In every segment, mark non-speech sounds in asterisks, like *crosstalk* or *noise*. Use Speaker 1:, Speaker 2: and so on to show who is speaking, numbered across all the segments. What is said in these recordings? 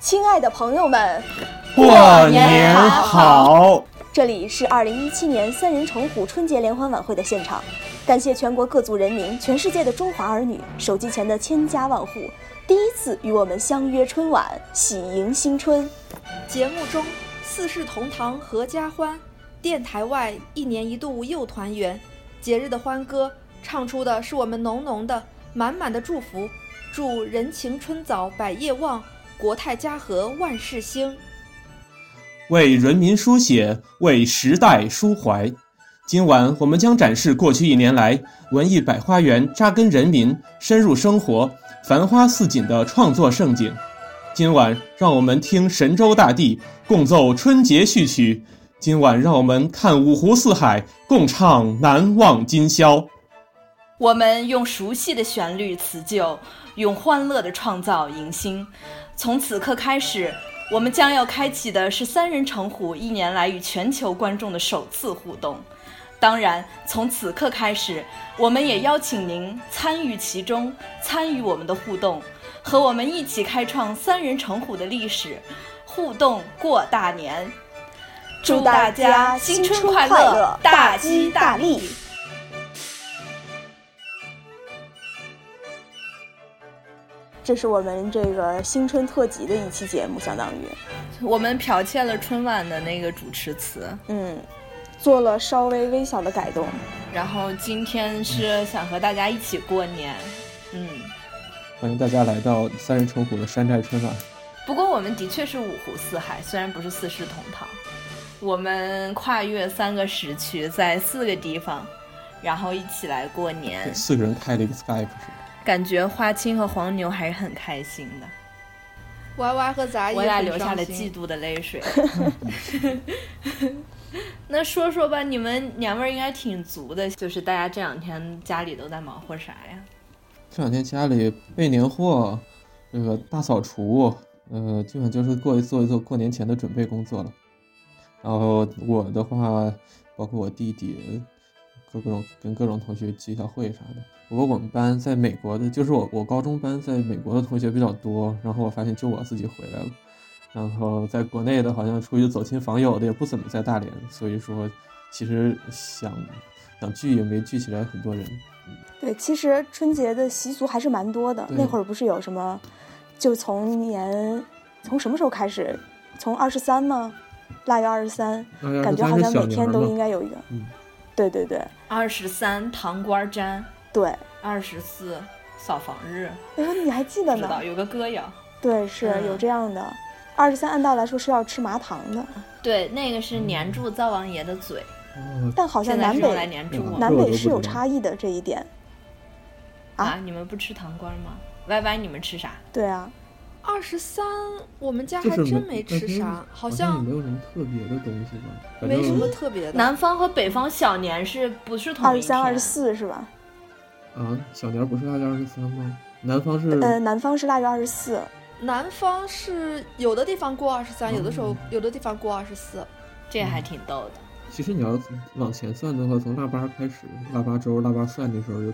Speaker 1: 亲爱的朋友们，
Speaker 2: 过年好！
Speaker 1: 这里是二零一七年三人成虎春节联欢晚会的现场，感谢全国各族人民、全世界的中华儿女、手机前的千家万户，第一次与我们相约春晚，喜迎新春。
Speaker 3: 节目中，四世同堂合家欢，电台外一年一度又团圆，节日的欢歌唱出的是我们浓浓的、满满的祝福，祝人情春早百业旺，国泰家和万事兴。
Speaker 2: 为人民书写，为时代抒怀。今晚我们将展示过去一年来文艺百花园扎根人民、深入生活、繁花似锦的创作盛景。今晚让我们听神州大地，共奏春节序曲；今晚让我们看五湖四海，共唱难忘今宵。
Speaker 4: 我们用熟悉的旋律辞旧，用欢乐的创造迎新。从此刻开始。我们将要开启的是三人成虎一年来与全球观众的首次互动，当然，从此刻开始，我们也邀请您参与其中，参与我们的互动，和我们一起开创三人成虎的历史，互动过大年，
Speaker 1: 祝大家新春快乐，大吉大利！这是我们这个新春特辑的一期节目，相当于
Speaker 4: 我们剽窃了春晚的那个主持词，
Speaker 1: 嗯，做了稍微微小的改动。
Speaker 4: 然后今天是想和大家一起过年，嗯，
Speaker 2: 欢迎大家来到三人成虎的山寨春晚。
Speaker 4: 不过我们的确是五湖四海，虽然不是四世同堂，我们跨越三个时区，在四个地方，然后一起来过年。
Speaker 2: 四个人开了一个 Skype 是吧？
Speaker 4: 感觉花青和黄牛还是很开心的，
Speaker 3: 歪歪和咱
Speaker 4: 我俩流下了嫉妒的泪水。那说说吧，你们年味儿应该挺足的，就是大家这两天家里都在忙活啥呀？
Speaker 2: 这两天家里备年货，这个大扫除，呃，基本就是过一做一做过年前的准备工作了。然后我的话，包括我弟弟。各各种跟各种同学聚一下会啥的。不过我们班在美国的，就是我我高中班在美国的同学比较多，然后我发现就我自己回来了。然后在国内的，好像出去走亲访友的也不怎么在大连，所以说其实想想聚也没聚起来很多人。
Speaker 1: 对，其实春节的习俗还是蛮多的。那会儿不是有什么，就从年从什么时候开始？从二十三吗？腊月二十三，感觉好像每天都应该有一个。
Speaker 2: 嗯
Speaker 1: 对对对，
Speaker 4: 二十三糖瓜粘，
Speaker 1: 对，
Speaker 4: 二十四扫房日，
Speaker 1: 哎呦，你还记得呢？
Speaker 4: 知道有个歌谣，
Speaker 1: 对，是、
Speaker 4: 嗯
Speaker 1: 有这样的。二十三按道来说是要吃麻糖的，
Speaker 4: 对，那个是粘住灶王爷的嘴，
Speaker 2: 哦，
Speaker 1: 但好像
Speaker 4: 现在
Speaker 1: 南
Speaker 4: 是用来
Speaker 1: 北嗯
Speaker 4: 粘住我
Speaker 1: 南
Speaker 2: 那这我
Speaker 1: 北
Speaker 2: 都
Speaker 1: 是
Speaker 2: 不
Speaker 1: 有
Speaker 2: 知道
Speaker 1: 差异的这一点。啊
Speaker 4: 啊！你们不吃糖瓜吗歪歪，你们吃啥？
Speaker 1: 对啊，
Speaker 3: 二十三，我们家
Speaker 2: 就
Speaker 3: 还
Speaker 2: 是
Speaker 3: 真没吃啥，好像
Speaker 2: 没有什么特别的东西吧，
Speaker 3: 没什么特别的。
Speaker 4: 南方和北方小年是不是同
Speaker 1: 嗯二
Speaker 4: 嗯一
Speaker 1: 十
Speaker 4: 天？
Speaker 1: 三、二十四是吧？
Speaker 2: 啊，小年不是腊月二十三吗？南方是
Speaker 1: 呃，南方是腊月二十四，
Speaker 3: 南方是有的地方过二十三，有的时候
Speaker 2: 嗯
Speaker 3: 有的地方过二十四。
Speaker 4: 这还挺逗的。
Speaker 2: 其实你要往前算的话，从腊八开始，腊八粥、腊八蒜的时候就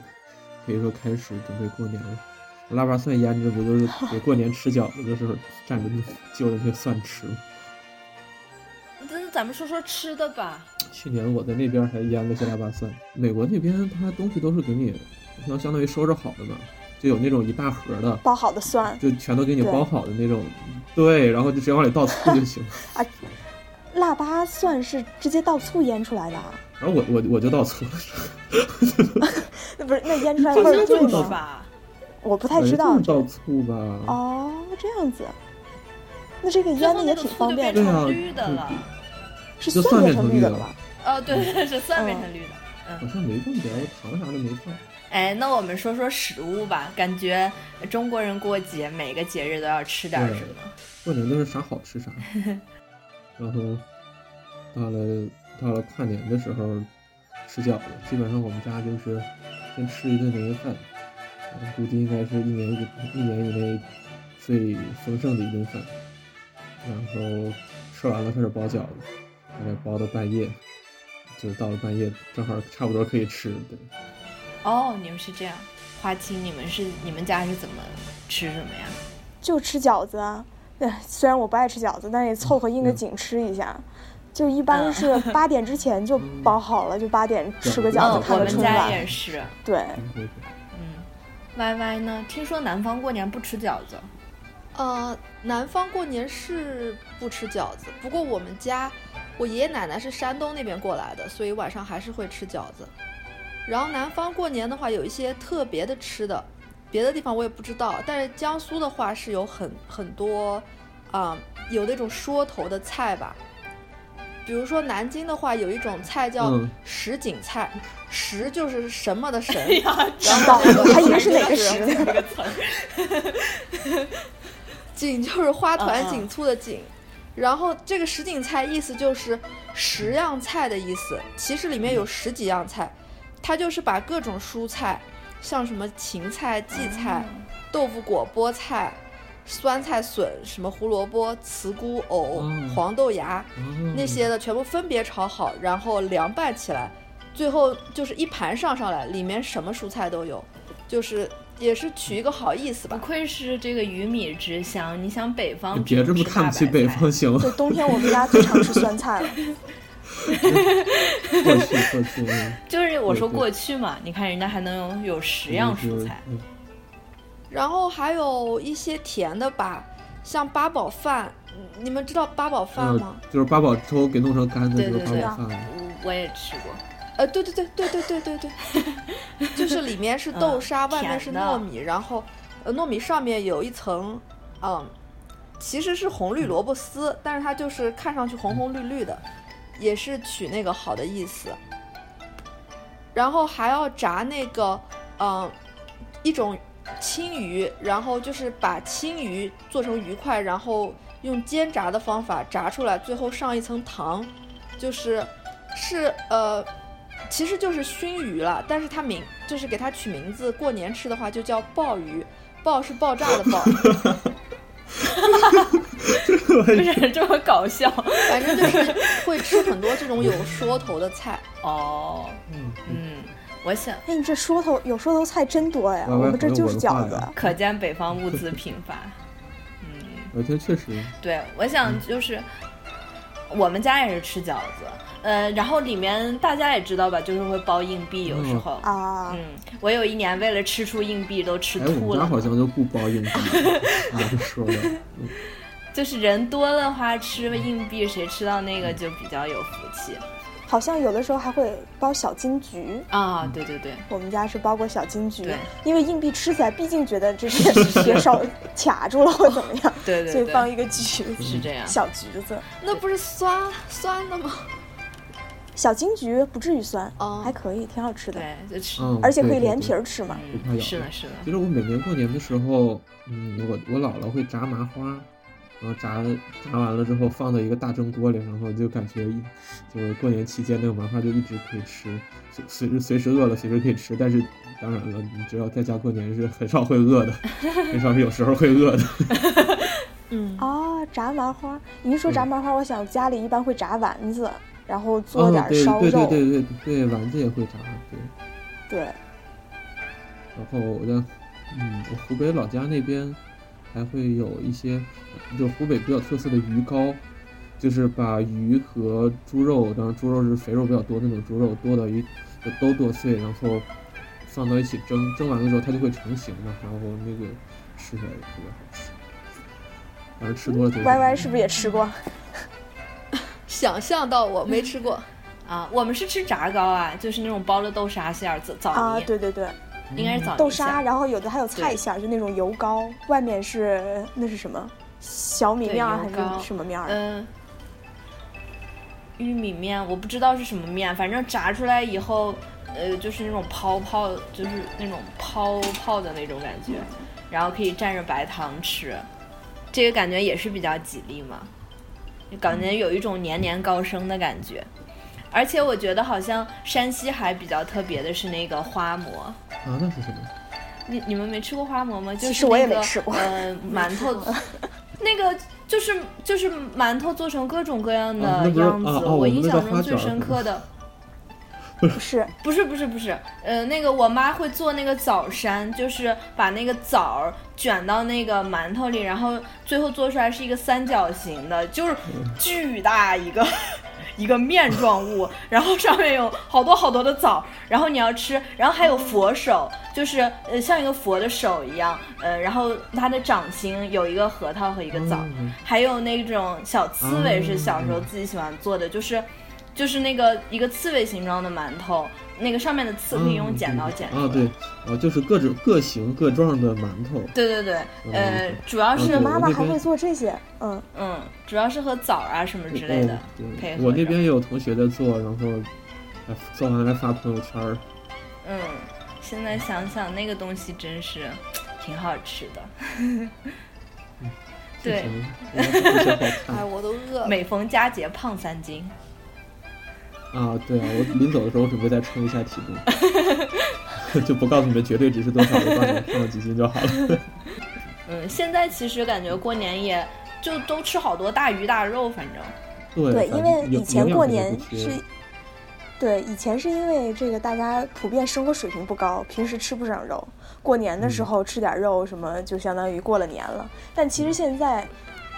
Speaker 2: 可以说开始准备过年了。腊八蒜腌制不
Speaker 3: *laughs*
Speaker 2: 就是给过年吃饺子的时候蘸着那就着那个蒜吃吗？
Speaker 4: 那咱们说说吃的吧。
Speaker 2: 去年我在那边还腌了些腊八蒜。美国那边它东西都是给你，相相当于收拾好的嘛，就有那种一大盒的，
Speaker 1: 包好的蒜。
Speaker 2: 就全都给你
Speaker 1: 对
Speaker 2: 包好的那种，对，然后就直接往里倒醋就行。
Speaker 1: 腊八蒜是直接倒醋腌出来的，啊？
Speaker 2: *laughs* 然后我我我就倒醋了，
Speaker 1: 那不是那腌出来
Speaker 4: 好
Speaker 1: 味
Speaker 4: 像
Speaker 1: 儿对
Speaker 4: 就是
Speaker 1: 吗？
Speaker 4: 吧，
Speaker 1: 我不太知道
Speaker 2: 哎就是。倒醋吧。
Speaker 1: 哦，这样子，那这个
Speaker 4: 最
Speaker 1: 腌的
Speaker 4: 后那
Speaker 1: 也
Speaker 4: 个
Speaker 1: 挺
Speaker 4: 醋
Speaker 1: 方
Speaker 4: 就
Speaker 1: 便
Speaker 4: 变
Speaker 1: 的，
Speaker 2: 对啊
Speaker 4: 成绿的了。
Speaker 1: 是
Speaker 2: 就
Speaker 1: 蒜
Speaker 2: 蒜
Speaker 1: 变
Speaker 2: 变
Speaker 1: 成
Speaker 2: 成
Speaker 1: 绿
Speaker 2: 绿
Speaker 1: 的
Speaker 2: 的
Speaker 1: 了吧？
Speaker 4: 哦，
Speaker 1: 嗯
Speaker 4: 对， *laughs* 是蒜变成绿的。
Speaker 2: 好像没放点儿糖啥的没放。
Speaker 4: 哎，那我们说说食物吧。感觉中国人过节每个节日都要吃点
Speaker 2: 对
Speaker 4: 什么。
Speaker 2: 过年都是啥好吃啥。然后到了到了跨年的时候，吃饺子，基本上我们家就是先吃一顿年夜饭，嗯估计应该是一年一一年以内最丰盛的一顿饭。然后吃完了开始包饺子，大概包到半夜，就是到了半夜正好差不多可以吃，对。
Speaker 4: 哦，你们是这样。花青，你们是你们家是怎么吃什么呀？
Speaker 1: 就吃饺子啊。哎虽然我不爱吃饺子，但也凑合应个景吃一下。就一般是
Speaker 4: 嗯
Speaker 1: 八点之前就包好了，就八点吃个饺
Speaker 2: 嗯
Speaker 1: 子，
Speaker 4: 我
Speaker 1: 看个
Speaker 4: 哦们
Speaker 1: 春
Speaker 4: 家
Speaker 1: 晚。
Speaker 4: 也是，
Speaker 1: 对，
Speaker 4: 嗯。Y Y 呢？听说南方过年不吃饺子，
Speaker 3: 呃，南方过年是不吃饺子，不过我们家我爷爷奶奶是山东那边过来的，所以晚上还是会吃饺子。然后南方过年的话，有一些特别的吃的，别的地方我也不知道，但是江苏的话是有很很多，啊、有那种说头的菜吧。比如说南京的话，有一种菜叫
Speaker 2: 嗯
Speaker 3: 什锦菜，什、就是什么的什，
Speaker 4: *laughs* 呀，
Speaker 1: 哎知道
Speaker 3: 然后
Speaker 1: 还以为是哪个
Speaker 3: 就是
Speaker 1: 时
Speaker 4: *laughs*
Speaker 1: 呢。
Speaker 4: 这个词儿，
Speaker 3: 锦就是花团
Speaker 4: 嗯嗯
Speaker 3: 锦簇的锦，然后这个什锦菜意思就是十样菜的意思，其实里面
Speaker 4: 嗯
Speaker 3: 有十几样菜，它就是把各种蔬菜，像什么芹菜、荠
Speaker 4: 哦
Speaker 3: 菜、豆腐果、菠菜、酸菜笋、什么胡萝卜、茨菇、藕
Speaker 2: 嗯、
Speaker 3: 黄豆芽
Speaker 4: 嗯
Speaker 2: 哦
Speaker 3: 那些的全部分别炒好，然后凉拌起来，最后就是一盘上上来，里面什么蔬菜都有，就是也是取一个好意思吧
Speaker 4: 不。愧是这个鱼米之乡。你想北方，
Speaker 2: 你别这么看不起北方，行吗？
Speaker 1: 对，冬天我们家最常吃酸菜了。
Speaker 2: 过去过去，
Speaker 4: *laughs*
Speaker 2: 嗯
Speaker 4: *laughs* 就是我说
Speaker 2: 对对
Speaker 4: 过去嘛，你看人家还能有十样蔬菜，，
Speaker 2: 嗯
Speaker 3: 然后还有一些甜的吧，像八宝饭，你们知道八宝
Speaker 2: 呃
Speaker 3: 饭吗？
Speaker 2: 就是八宝粥给弄成干的，
Speaker 4: 对
Speaker 2: 就是
Speaker 4: 对
Speaker 2: 八
Speaker 4: 对
Speaker 2: 宝饭。
Speaker 4: 我我也吃过。 *laughs*
Speaker 3: 呃，对对对对对对对对，就是里面是豆沙，
Speaker 4: 嗯
Speaker 3: 外面是
Speaker 4: 甜的
Speaker 3: 糯米，然后呃糯米上面有一层，嗯，其实是红绿萝卜丝，但是它就是看上去红红绿绿的，也是取那个好的意思。然后还要炸那个，嗯，一种青鱼，然后就是把青鱼做成鱼块，然后用煎炸的方法炸出来，最后上一层糖，就是是呃，其实就是熏鱼了，但是它名就是给它取名字，过年吃的话就叫爆鱼，爆是爆炸的爆，
Speaker 4: 不是这么搞笑
Speaker 3: 反正就是会吃很多这种有说头的菜。
Speaker 4: 哦。
Speaker 2: 嗯
Speaker 4: 嗯，我想
Speaker 1: 哎，你这说头有说头菜真多呀，
Speaker 2: 歪歪
Speaker 1: 我们这
Speaker 2: 朋友
Speaker 1: 就是
Speaker 2: 文
Speaker 1: 饺
Speaker 2: 化
Speaker 1: 子。
Speaker 2: 呀
Speaker 4: 可见北方物资贫乏。嗯。
Speaker 2: 我觉得确实，
Speaker 4: 对，我
Speaker 2: 嗯
Speaker 4: 想就是我们家也是吃饺子，呃，然后里面大家也知道吧，就是会包硬币，有时候。
Speaker 1: 啊，
Speaker 4: 嗯，我有一年为了吃出硬币都吃
Speaker 2: 哎，我
Speaker 4: 吐
Speaker 2: 们家
Speaker 4: 了，
Speaker 2: 好像就不包硬币，
Speaker 1: *laughs*
Speaker 2: 啊，就说了，嗯
Speaker 4: 就是人多的话吃硬币，谁吃到
Speaker 2: 嗯
Speaker 4: 那个就比较有福气
Speaker 1: 好像有的时候还会包小金桔。
Speaker 2: 嗯
Speaker 4: 啊！对对对，
Speaker 1: 我们家是包过小金桔
Speaker 4: 对，
Speaker 1: 因为硬币吃起来，毕竟觉得这些别少卡住了或怎么样，
Speaker 4: *laughs* 对嗯对
Speaker 1: 所以
Speaker 4: 对
Speaker 1: 放一个橘子，
Speaker 4: 是这样。
Speaker 1: 小橘子，
Speaker 3: 那不是酸酸的吗？
Speaker 1: 小金桔不至于酸
Speaker 3: 哦，
Speaker 1: 还可以，挺好吃的，
Speaker 4: 嗯对，就吃，
Speaker 2: 嗯，
Speaker 1: 而且可
Speaker 2: 对
Speaker 1: 以
Speaker 2: 对
Speaker 1: 连
Speaker 2: 对
Speaker 1: 皮儿吃嘛。
Speaker 2: 不怕
Speaker 4: 嗯，
Speaker 2: 咬
Speaker 4: 是的，是的，
Speaker 2: 其实我每年过年的时候，嗯，我我姥姥会炸麻花，然后炸炸完了之后放到一个大蒸锅里，然后就感觉一就是过年期间那个麻花就一直可以吃，随随时随时饿了随时可以吃。但是当然了，你知道在家过年是很少会饿的，
Speaker 1: *laughs*
Speaker 2: 很少是有时候会饿的。
Speaker 3: 嗯，
Speaker 1: 啊，炸麻花，你一说炸
Speaker 2: 嗯
Speaker 1: 麻花，我想家里一般会炸丸子，然后做点
Speaker 2: 啊
Speaker 1: 儿
Speaker 2: 对
Speaker 1: 烧
Speaker 2: 对对
Speaker 1: 肉，
Speaker 2: 对对对，丸子也会炸，对。
Speaker 1: 对，
Speaker 2: 然后我在，嗯，我湖北老家那边还会有一些，就湖北比较特色的鱼糕，就是把鱼和猪肉，当然猪肉是肥肉比较多那种猪肉，剁到一就都剁碎，然后放到一起蒸，蒸完了之后它就会成型嘛，然后那个吃起来也特别好吃，反正吃多了就
Speaker 1: 嗯歪歪是不是也吃过？
Speaker 4: 嗯
Speaker 3: 想象到我没吃过，
Speaker 4: 啊，我们是吃炸糕啊，就是那种包了豆沙馅儿枣枣
Speaker 1: 啊，
Speaker 4: 泥，
Speaker 1: 对对对，
Speaker 4: 应该是枣泥
Speaker 1: 豆
Speaker 4: 馅
Speaker 1: 沙，
Speaker 4: 儿
Speaker 1: 然后有的还有菜
Speaker 4: 对
Speaker 1: 馅儿，就那种油糕，外面是那是什么？小米
Speaker 4: 对
Speaker 1: 面儿
Speaker 4: 油
Speaker 1: 还
Speaker 4: 糕
Speaker 1: 是什么面儿？
Speaker 4: 嗯，玉米面我不知道是什么面，反正炸出来以后，呃，就是那种泡泡，就是那种泡泡的那种感觉，然后可以蘸着白糖吃，这个感觉也是比较吉利嘛，感觉有一种年年高升的感觉。而且我觉得好像山西还比较特别的是那个花馍，
Speaker 2: 啊，那是什么？
Speaker 4: 你你们没吃过花馍吗？就
Speaker 1: 其
Speaker 4: 是、那
Speaker 1: 实
Speaker 4: 个、
Speaker 1: 我也没吃过 *laughs*
Speaker 4: 呃，馒头， *laughs* 那个就是就是馒头做成各种各样
Speaker 2: 啊那
Speaker 4: 的
Speaker 2: 不是
Speaker 4: 样子。
Speaker 2: 啊啊
Speaker 4: 我
Speaker 2: 我们
Speaker 4: 印
Speaker 2: 那
Speaker 4: 象
Speaker 2: 叫
Speaker 4: 中
Speaker 2: 花
Speaker 4: 最
Speaker 2: 卷儿
Speaker 4: 深刻的，
Speaker 1: 不是，
Speaker 4: 不是不是不是，呃，那个我妈会做那个枣山，就是把那个枣儿卷到那个馒头里，然后最后做出来是一个三角形的，就是巨大一个 *laughs* 一个面状物，然后上面有好多好多的枣儿，然后你要吃，然后还有佛手，就是呃像一个佛的手一样，呃，然后它的掌心有一个核桃和一个枣儿，
Speaker 2: 嗯
Speaker 4: 还有那种小刺猬是小时候
Speaker 2: 嗯
Speaker 4: 自己喜欢做的，就是就是那个一个刺猬形状的馒头，那个上面的刺可以用剪刀剪出来。
Speaker 2: 啊，对，啊，就是各种各形各状的馒头，
Speaker 4: 对对对
Speaker 2: 嗯
Speaker 4: 呃，主要是
Speaker 2: 对
Speaker 1: 妈妈
Speaker 2: 我那
Speaker 1: 还
Speaker 2: 边
Speaker 1: 会做这些，嗯，
Speaker 4: 嗯，主要是和枣啊什么
Speaker 2: 嗯
Speaker 4: 之类的
Speaker 2: 对对，
Speaker 4: 配合。
Speaker 2: 我那边，也有同学在做，然后哎做完了发朋友圈儿。
Speaker 4: 嗯，现在想想那个东西真是挺好吃的。
Speaker 1: *laughs*
Speaker 4: 对，
Speaker 2: 非常，非常好
Speaker 3: 哎，
Speaker 2: 看
Speaker 3: 我都饿了。
Speaker 4: 每逢佳节胖三斤。
Speaker 2: 啊！对啊，我临走的时候准备再称一下体
Speaker 1: *laughs*
Speaker 2: 重，就不告诉你们绝对值是多少，我告诉你们胖了几斤就好了。
Speaker 4: 嗯，现在其实感觉过年也就都吃好多大鱼大肉，反正
Speaker 2: 对
Speaker 1: 对，
Speaker 2: 反
Speaker 1: 因为
Speaker 2: 正
Speaker 1: 以前过年
Speaker 2: 营养肯定
Speaker 1: 是
Speaker 2: 不缺，
Speaker 1: 对，以前是因为这个大家普遍生活水平不高，平时吃不上肉，过年的时
Speaker 2: 嗯
Speaker 1: 候吃点肉什么，就相当于过了年了。但其实现在。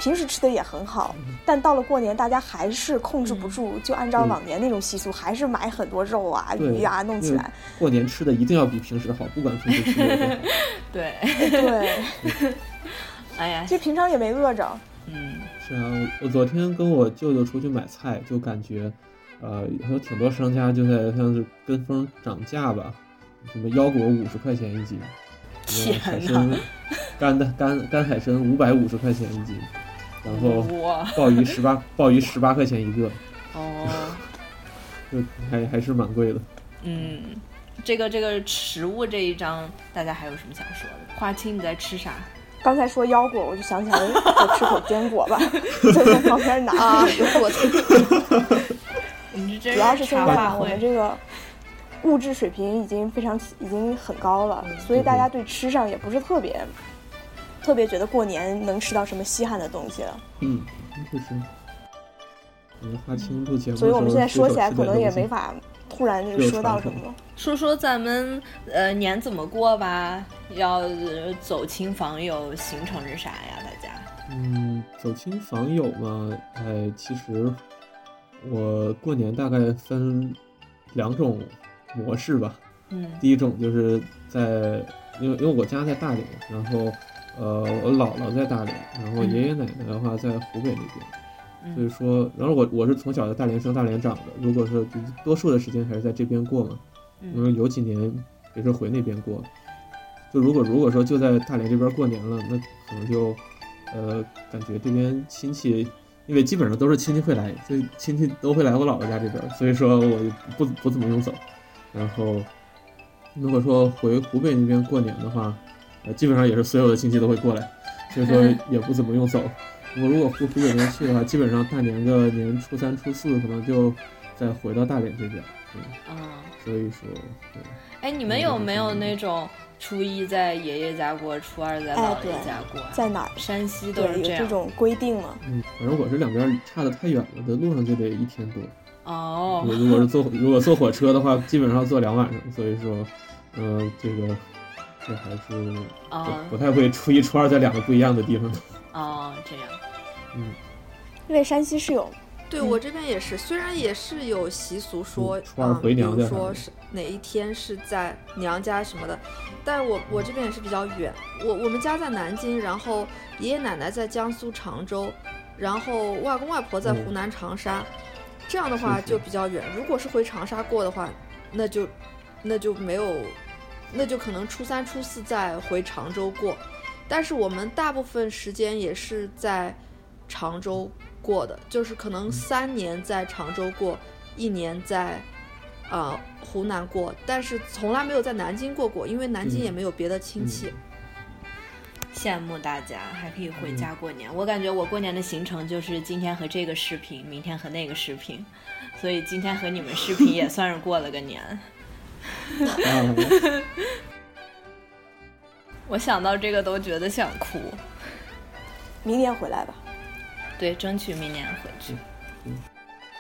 Speaker 1: 平时吃的也很好，但到了过年，大家还是控制不住，就按照
Speaker 2: 嗯
Speaker 1: 往年那种习俗，还是买很多肉啊、
Speaker 2: 对
Speaker 1: 鱼啊弄起
Speaker 2: 因为
Speaker 1: 来。
Speaker 2: 过年吃的一定要比平时好，不管平时吃多少。
Speaker 4: 对，
Speaker 1: 对，
Speaker 4: 哎呀，
Speaker 1: 这平常也没饿着。
Speaker 4: 嗯，
Speaker 2: 是啊，我我昨天跟我舅舅出去买菜，就感觉，呃，有挺多商家就在像是跟风涨价吧，什么腰果五十块钱一斤，什么
Speaker 4: 天
Speaker 2: 海
Speaker 4: 哪
Speaker 2: 参，干的干干海参五百五十块钱一斤，然后
Speaker 4: 哇
Speaker 2: 鲍鱼十八鲍鱼十八块钱一个，
Speaker 4: 哦，
Speaker 2: 就还还是蛮贵的。
Speaker 4: 嗯，这个这个食物这一章，大家还有什么想说的？花青你在吃啥？
Speaker 1: 刚才说腰果，我就想起来，我吃口坚果吧， *laughs* 就从旁边拿。
Speaker 3: 啊，有果子。
Speaker 4: 你这
Speaker 1: 主要是现
Speaker 4: 茶
Speaker 1: 在
Speaker 4: 话
Speaker 1: 我们
Speaker 4: 会，
Speaker 1: 这个物质水平已经非常已经很高了，所以大家对吃上也不是特别特别觉得过年能吃到什么稀罕的东西了。
Speaker 2: 嗯，就是，我们花青录节目的时候，
Speaker 1: 所以我们现在说起来
Speaker 2: 随
Speaker 1: 可
Speaker 2: 手
Speaker 1: 能
Speaker 2: 吃
Speaker 1: 也
Speaker 2: 点东西
Speaker 1: 没法突然就说到什么。
Speaker 4: 说说咱们呃年怎么过吧，要呃走亲访友，行程是啥呀？大家，
Speaker 2: 嗯，走亲访友嘛，哎，其实我过年大概分两种模式吧。
Speaker 4: 嗯
Speaker 2: 第一种就是在，因为因为我家在大连，然后呃，我姥姥在大连，然后爷爷奶奶的话在湖北那边，所以
Speaker 4: 嗯
Speaker 2: 说，然后我我是从小在大连生大连长的，如果说就是多数的时间还是在这边过嘛，因为
Speaker 4: 嗯
Speaker 2: 有几年也是回那边过。就如果如果说就在大连这边过年了，那可能就，呃，感觉这边亲戚，因为基本上都是亲戚会来，所以亲戚都会来我姥姥家这边，所以说我不不怎么用走。然后，如果说回湖北那边过年的话，呃，基本上也是所有的亲戚都会过来，所以说也不怎么用走。我如果回湖北那边去的话，基本上大年个年初三、初四可能就再回到大连这边，嗯，
Speaker 4: 嗯，
Speaker 2: 所以说，对。
Speaker 4: 哎，你们有没有那种初一在爷爷家过，初二在
Speaker 1: 哎
Speaker 4: 姥
Speaker 1: 对
Speaker 4: 爷家过啊？
Speaker 1: 在哪儿？
Speaker 4: 山西都
Speaker 1: 对，
Speaker 4: 是
Speaker 1: 有
Speaker 4: 这
Speaker 1: 这
Speaker 4: 样
Speaker 1: 种规定嘛？
Speaker 2: 嗯，反正我这两边儿差的太远了，在路上就得一天多。
Speaker 4: 哦
Speaker 2: 我，如果是坐如果坐火车的话，基本上坐两晚上，所以说，嗯、这个这还是
Speaker 4: 哦
Speaker 2: 不不太会初一初二在两个不一样的地方。
Speaker 4: 哦，这样，
Speaker 2: 嗯，
Speaker 1: 因为山西是有
Speaker 3: 对我这边也是，虽然也是有习俗说，
Speaker 2: 初二
Speaker 3: 嗯，
Speaker 2: 回娘家
Speaker 3: 比如
Speaker 2: 啥的
Speaker 3: 说是哪一天是在娘家什么的，但
Speaker 2: 嗯
Speaker 3: 我我这边也是比较远，我我们家在南京，然后爷爷奶奶在江苏常州，然后外公外婆在
Speaker 2: 嗯
Speaker 3: 湖南长沙，这样的话
Speaker 2: 是是
Speaker 3: 就比较远。如果是回长沙过的话，那就那就没有，那就可能初三初四再回常州过，但是我们大部分时间也是在常州过的，就是可能三年在常州过，一年在呃湖南过，但是从来没有在南京过过，因为南京
Speaker 2: 嗯
Speaker 3: 也没有别的亲戚。
Speaker 4: 羡慕大家还可以回家过年。我感觉我过年的行程就是今天和这个视频，明天和那个视频，所以今天和你们视频也算是过了个年。
Speaker 2: 啊，
Speaker 4: 我想到这个都觉得想哭。
Speaker 1: 明年回来吧。
Speaker 4: 对，争取明年回去。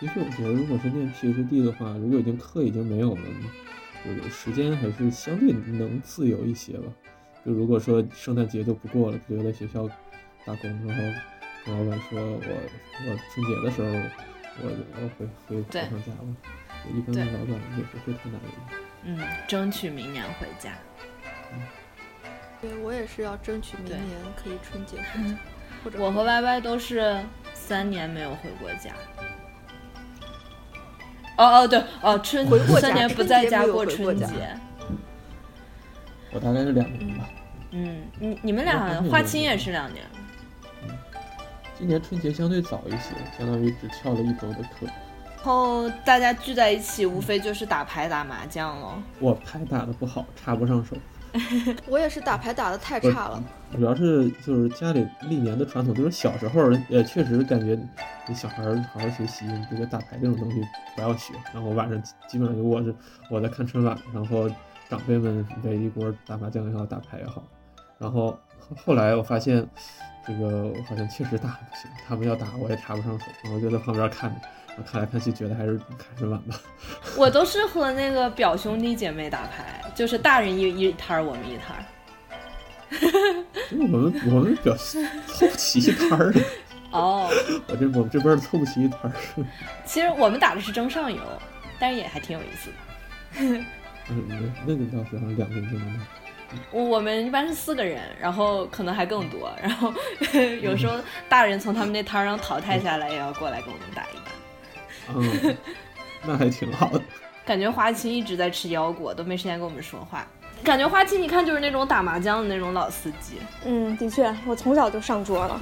Speaker 2: 其实我觉得，如果是练 PhD 的话，如果已经课已经没有了，就是时间还是相对能自由一些吧。就如果说圣诞节就不过了，留在学校打工，然后跟老板说我我春节的时候我我回回回
Speaker 4: 对
Speaker 2: 趟家吧，一般
Speaker 4: 对
Speaker 2: 老板也不会太难为
Speaker 4: 嗯，争取明年回家。
Speaker 3: 对我也是要争取明
Speaker 4: 对
Speaker 3: 年可以春节回家，或者
Speaker 4: 我和 Y Y 都是三年没有回过家。哦哦对哦，春
Speaker 3: 回过家
Speaker 4: 三年不在家过春
Speaker 3: 春节没有回
Speaker 4: 节。
Speaker 2: 我大概是两年吧。
Speaker 4: 嗯，你你们俩
Speaker 2: 嗯
Speaker 4: 花青也是两年，
Speaker 2: 今年春节相对早一些，相当于只翘了一周的课。
Speaker 4: 然后大家聚在一起，无非就是打牌打麻将喽。
Speaker 2: 我牌打得不好，插不上手。
Speaker 3: 我也是打牌打的太
Speaker 2: 不是
Speaker 3: 差了，
Speaker 2: 主要是就是家里历年的传统，就是小时候也确实感觉你小孩儿好好学习，你这个打牌这种东西不要学。然后晚上基基本上就我是我在看春晚，然后长辈们围一锅打麻将也好，打牌也好。然后后后来我发现，这个我好像确实打得不行，他们要打我也插不上手，然后就在旁边看着，然后看来看去觉得还是看春晚吧。 *laughs*
Speaker 4: 我都是和那个表兄弟姐妹打牌，就是大人一一摊儿，我们一摊儿。
Speaker 2: 因为我们我们表示凑不齐一摊儿了，
Speaker 4: 哦，
Speaker 2: 我这我们这边儿凑不齐一摊儿。
Speaker 4: 其实我们打的是争上游，但是也还挺有意思的。
Speaker 2: 嗯，那个倒是好像两个人就能打。
Speaker 4: 我我们一般是四个人，然后可能还更多，然后 *laughs* 有时候大人从他们那摊儿上淘汰下来，也要过来跟我们打一打。
Speaker 2: 嗯， *laughs* 那还挺好的。
Speaker 4: 感觉花青一直在吃腰果，都没时间跟我们说话。感觉花青一看就是那种打麻将的那种老司机，
Speaker 1: 嗯，的确，我从小就上桌了。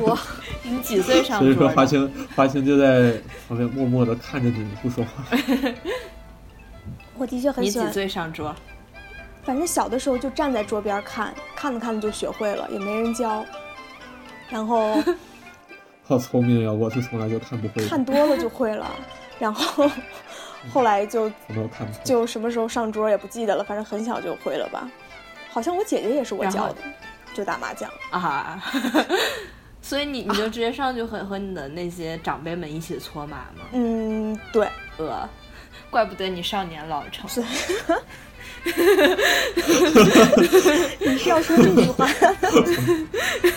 Speaker 3: 我
Speaker 4: 你几岁上
Speaker 2: 所以说
Speaker 4: 桌
Speaker 2: 花
Speaker 4: 的？
Speaker 2: 青，花青就在旁边默默的看着你，不说话。
Speaker 1: 我的确很
Speaker 4: 你
Speaker 1: 喜
Speaker 4: 几
Speaker 1: 欢，
Speaker 4: 岁上桌？
Speaker 1: 反正小的时候就站在桌边看，看着看着就学会了，也没人教。然后
Speaker 2: 好聪明呀！我是从来就看不会的，嗯
Speaker 1: 看多了就会了， *laughs* 然后后来就
Speaker 2: 我都看不会。
Speaker 1: 就什么时候上桌也不记得了，反正很小就会了吧。好像我姐姐也是我
Speaker 4: 然后
Speaker 1: 教的，就打麻将。
Speaker 4: 啊， *laughs* 所以你你就直接上去和和你的那些长辈们一起搓麻吗？
Speaker 1: 嗯，对，
Speaker 4: 呃，怪不得你少年老成。
Speaker 1: 是你是要说这句话，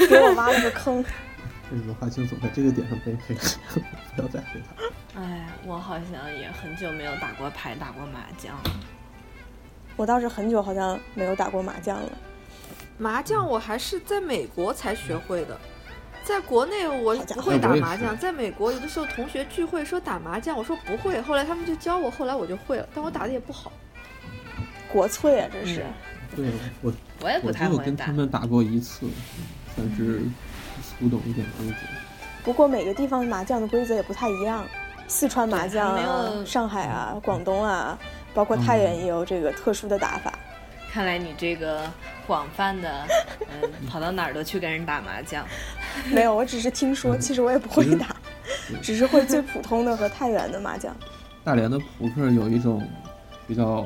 Speaker 1: 给我挖了个坑。 *laughs*
Speaker 2: 为什么花青总在这个点上被黑？ *laughs* 不要再黑他。
Speaker 4: 哎，我好像也很久没有打过牌、打过麻将了。
Speaker 1: 我倒是很久好像没有打过麻将了，
Speaker 3: 麻
Speaker 2: 嗯
Speaker 3: 将我还是在美国才学会的。在国内我
Speaker 1: 好家
Speaker 3: 不
Speaker 1: 伙
Speaker 3: 会打麻
Speaker 2: 哎我也
Speaker 3: 将，在美国有的时候同学聚会说打麻将，我说不会，后来他们就教我，后来我就会了，但我打的也不好。
Speaker 1: 国粹啊，这是。
Speaker 4: 嗯
Speaker 2: 对，我
Speaker 4: 我也哎不
Speaker 2: 我
Speaker 4: 太
Speaker 2: 就
Speaker 4: 会
Speaker 2: 跟
Speaker 4: 打
Speaker 2: 他。们打过一次，算是粗懂一点规则。
Speaker 1: 不过每个地方麻将的规则也不太一样，四川麻将
Speaker 4: 对还没
Speaker 1: 啊
Speaker 4: 有、嗯
Speaker 1: 上海啊、广东啊，包括太原也有这个特殊的打法。
Speaker 4: 看来你这个广
Speaker 2: *laughs*
Speaker 4: 泛的，嗯，跑到哪儿都去跟人打麻将。嗯
Speaker 1: 没有，我只是听说，
Speaker 2: 嗯
Speaker 1: 其实我也不会打
Speaker 2: 嗯，
Speaker 1: 只是会最普通的和太原的麻将。
Speaker 2: 大连的扑克有一种比较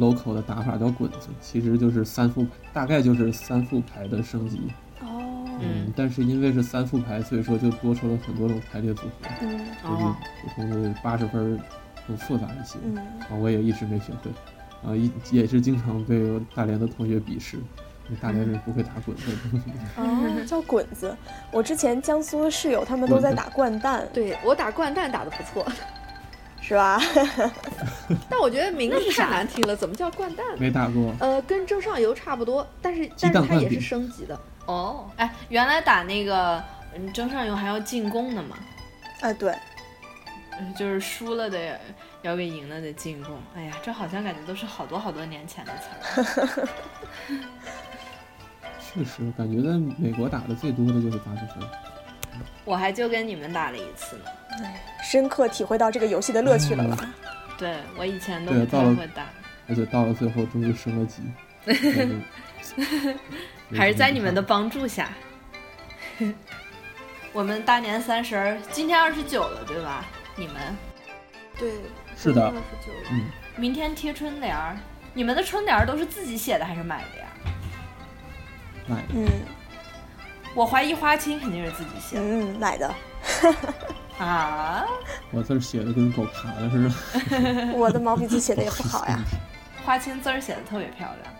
Speaker 2: local 的打法叫滚子，其实就是三副牌，大概就是三副牌的升级。
Speaker 1: 哦
Speaker 2: 嗯
Speaker 4: 嗯，
Speaker 2: 但是因为是三副牌，所以说就多出了很多种排列组合，
Speaker 1: 嗯
Speaker 2: 就是
Speaker 4: 哦
Speaker 2: 普通的八十分儿更复杂一些。
Speaker 1: 嗯，
Speaker 2: 啊，我也一直没学会，啊，一也是经常被我大连的同学鄙视，因为大
Speaker 4: 嗯
Speaker 2: 连人不会打滚子。
Speaker 1: 哦，叫滚子。我之前江苏的室友他们都在打掼蛋，
Speaker 3: 对我打掼蛋打的不错， *laughs*
Speaker 1: 是吧？ *laughs*
Speaker 3: 但我觉得名字太难听了，怎么叫掼蛋？
Speaker 2: *laughs* 没打过，
Speaker 3: 呃，跟蒸上油差不多，但是
Speaker 2: 鸡
Speaker 3: 但
Speaker 2: 蛋
Speaker 3: 是它也
Speaker 2: 灌饼
Speaker 3: 是升级的。
Speaker 4: 哦，哎，原来打那个嗯争上游还要进攻的嘛，
Speaker 1: 啊，对，
Speaker 4: 嗯就是输了的要给赢了的进攻。哎呀，这好像感觉都是好多好多年前的词儿。
Speaker 2: 确实感觉在美国打的最多的就是八十分。
Speaker 4: 我还就跟你们打了一次呢。
Speaker 1: 深刻体会到这个游戏的乐趣了吧？
Speaker 4: 对我以前都
Speaker 2: 对
Speaker 4: 不太
Speaker 2: 到了
Speaker 4: 会打，
Speaker 2: 而且到了最后终于升
Speaker 4: *laughs*
Speaker 2: 了级，嗯
Speaker 4: 还是在你们的帮助下。 *laughs* 我们大年三十儿，今天二十九了，对吧？你们
Speaker 3: 对，
Speaker 2: *laughs* 是的
Speaker 3: 二十九。
Speaker 2: 嗯，
Speaker 4: 明天贴春联儿，你们的
Speaker 2: 哎
Speaker 4: 春联儿都是自己写的还是买的呀？
Speaker 2: 买了
Speaker 1: 嗯，
Speaker 4: 我怀疑花青肯定是自己写的、
Speaker 1: 嗯，买的，
Speaker 2: 嗯
Speaker 4: 啊。
Speaker 2: 我字儿写的跟狗爬的似的。
Speaker 1: 我的毛笔字写的也不好呀。
Speaker 4: 花青字儿写的特别漂亮。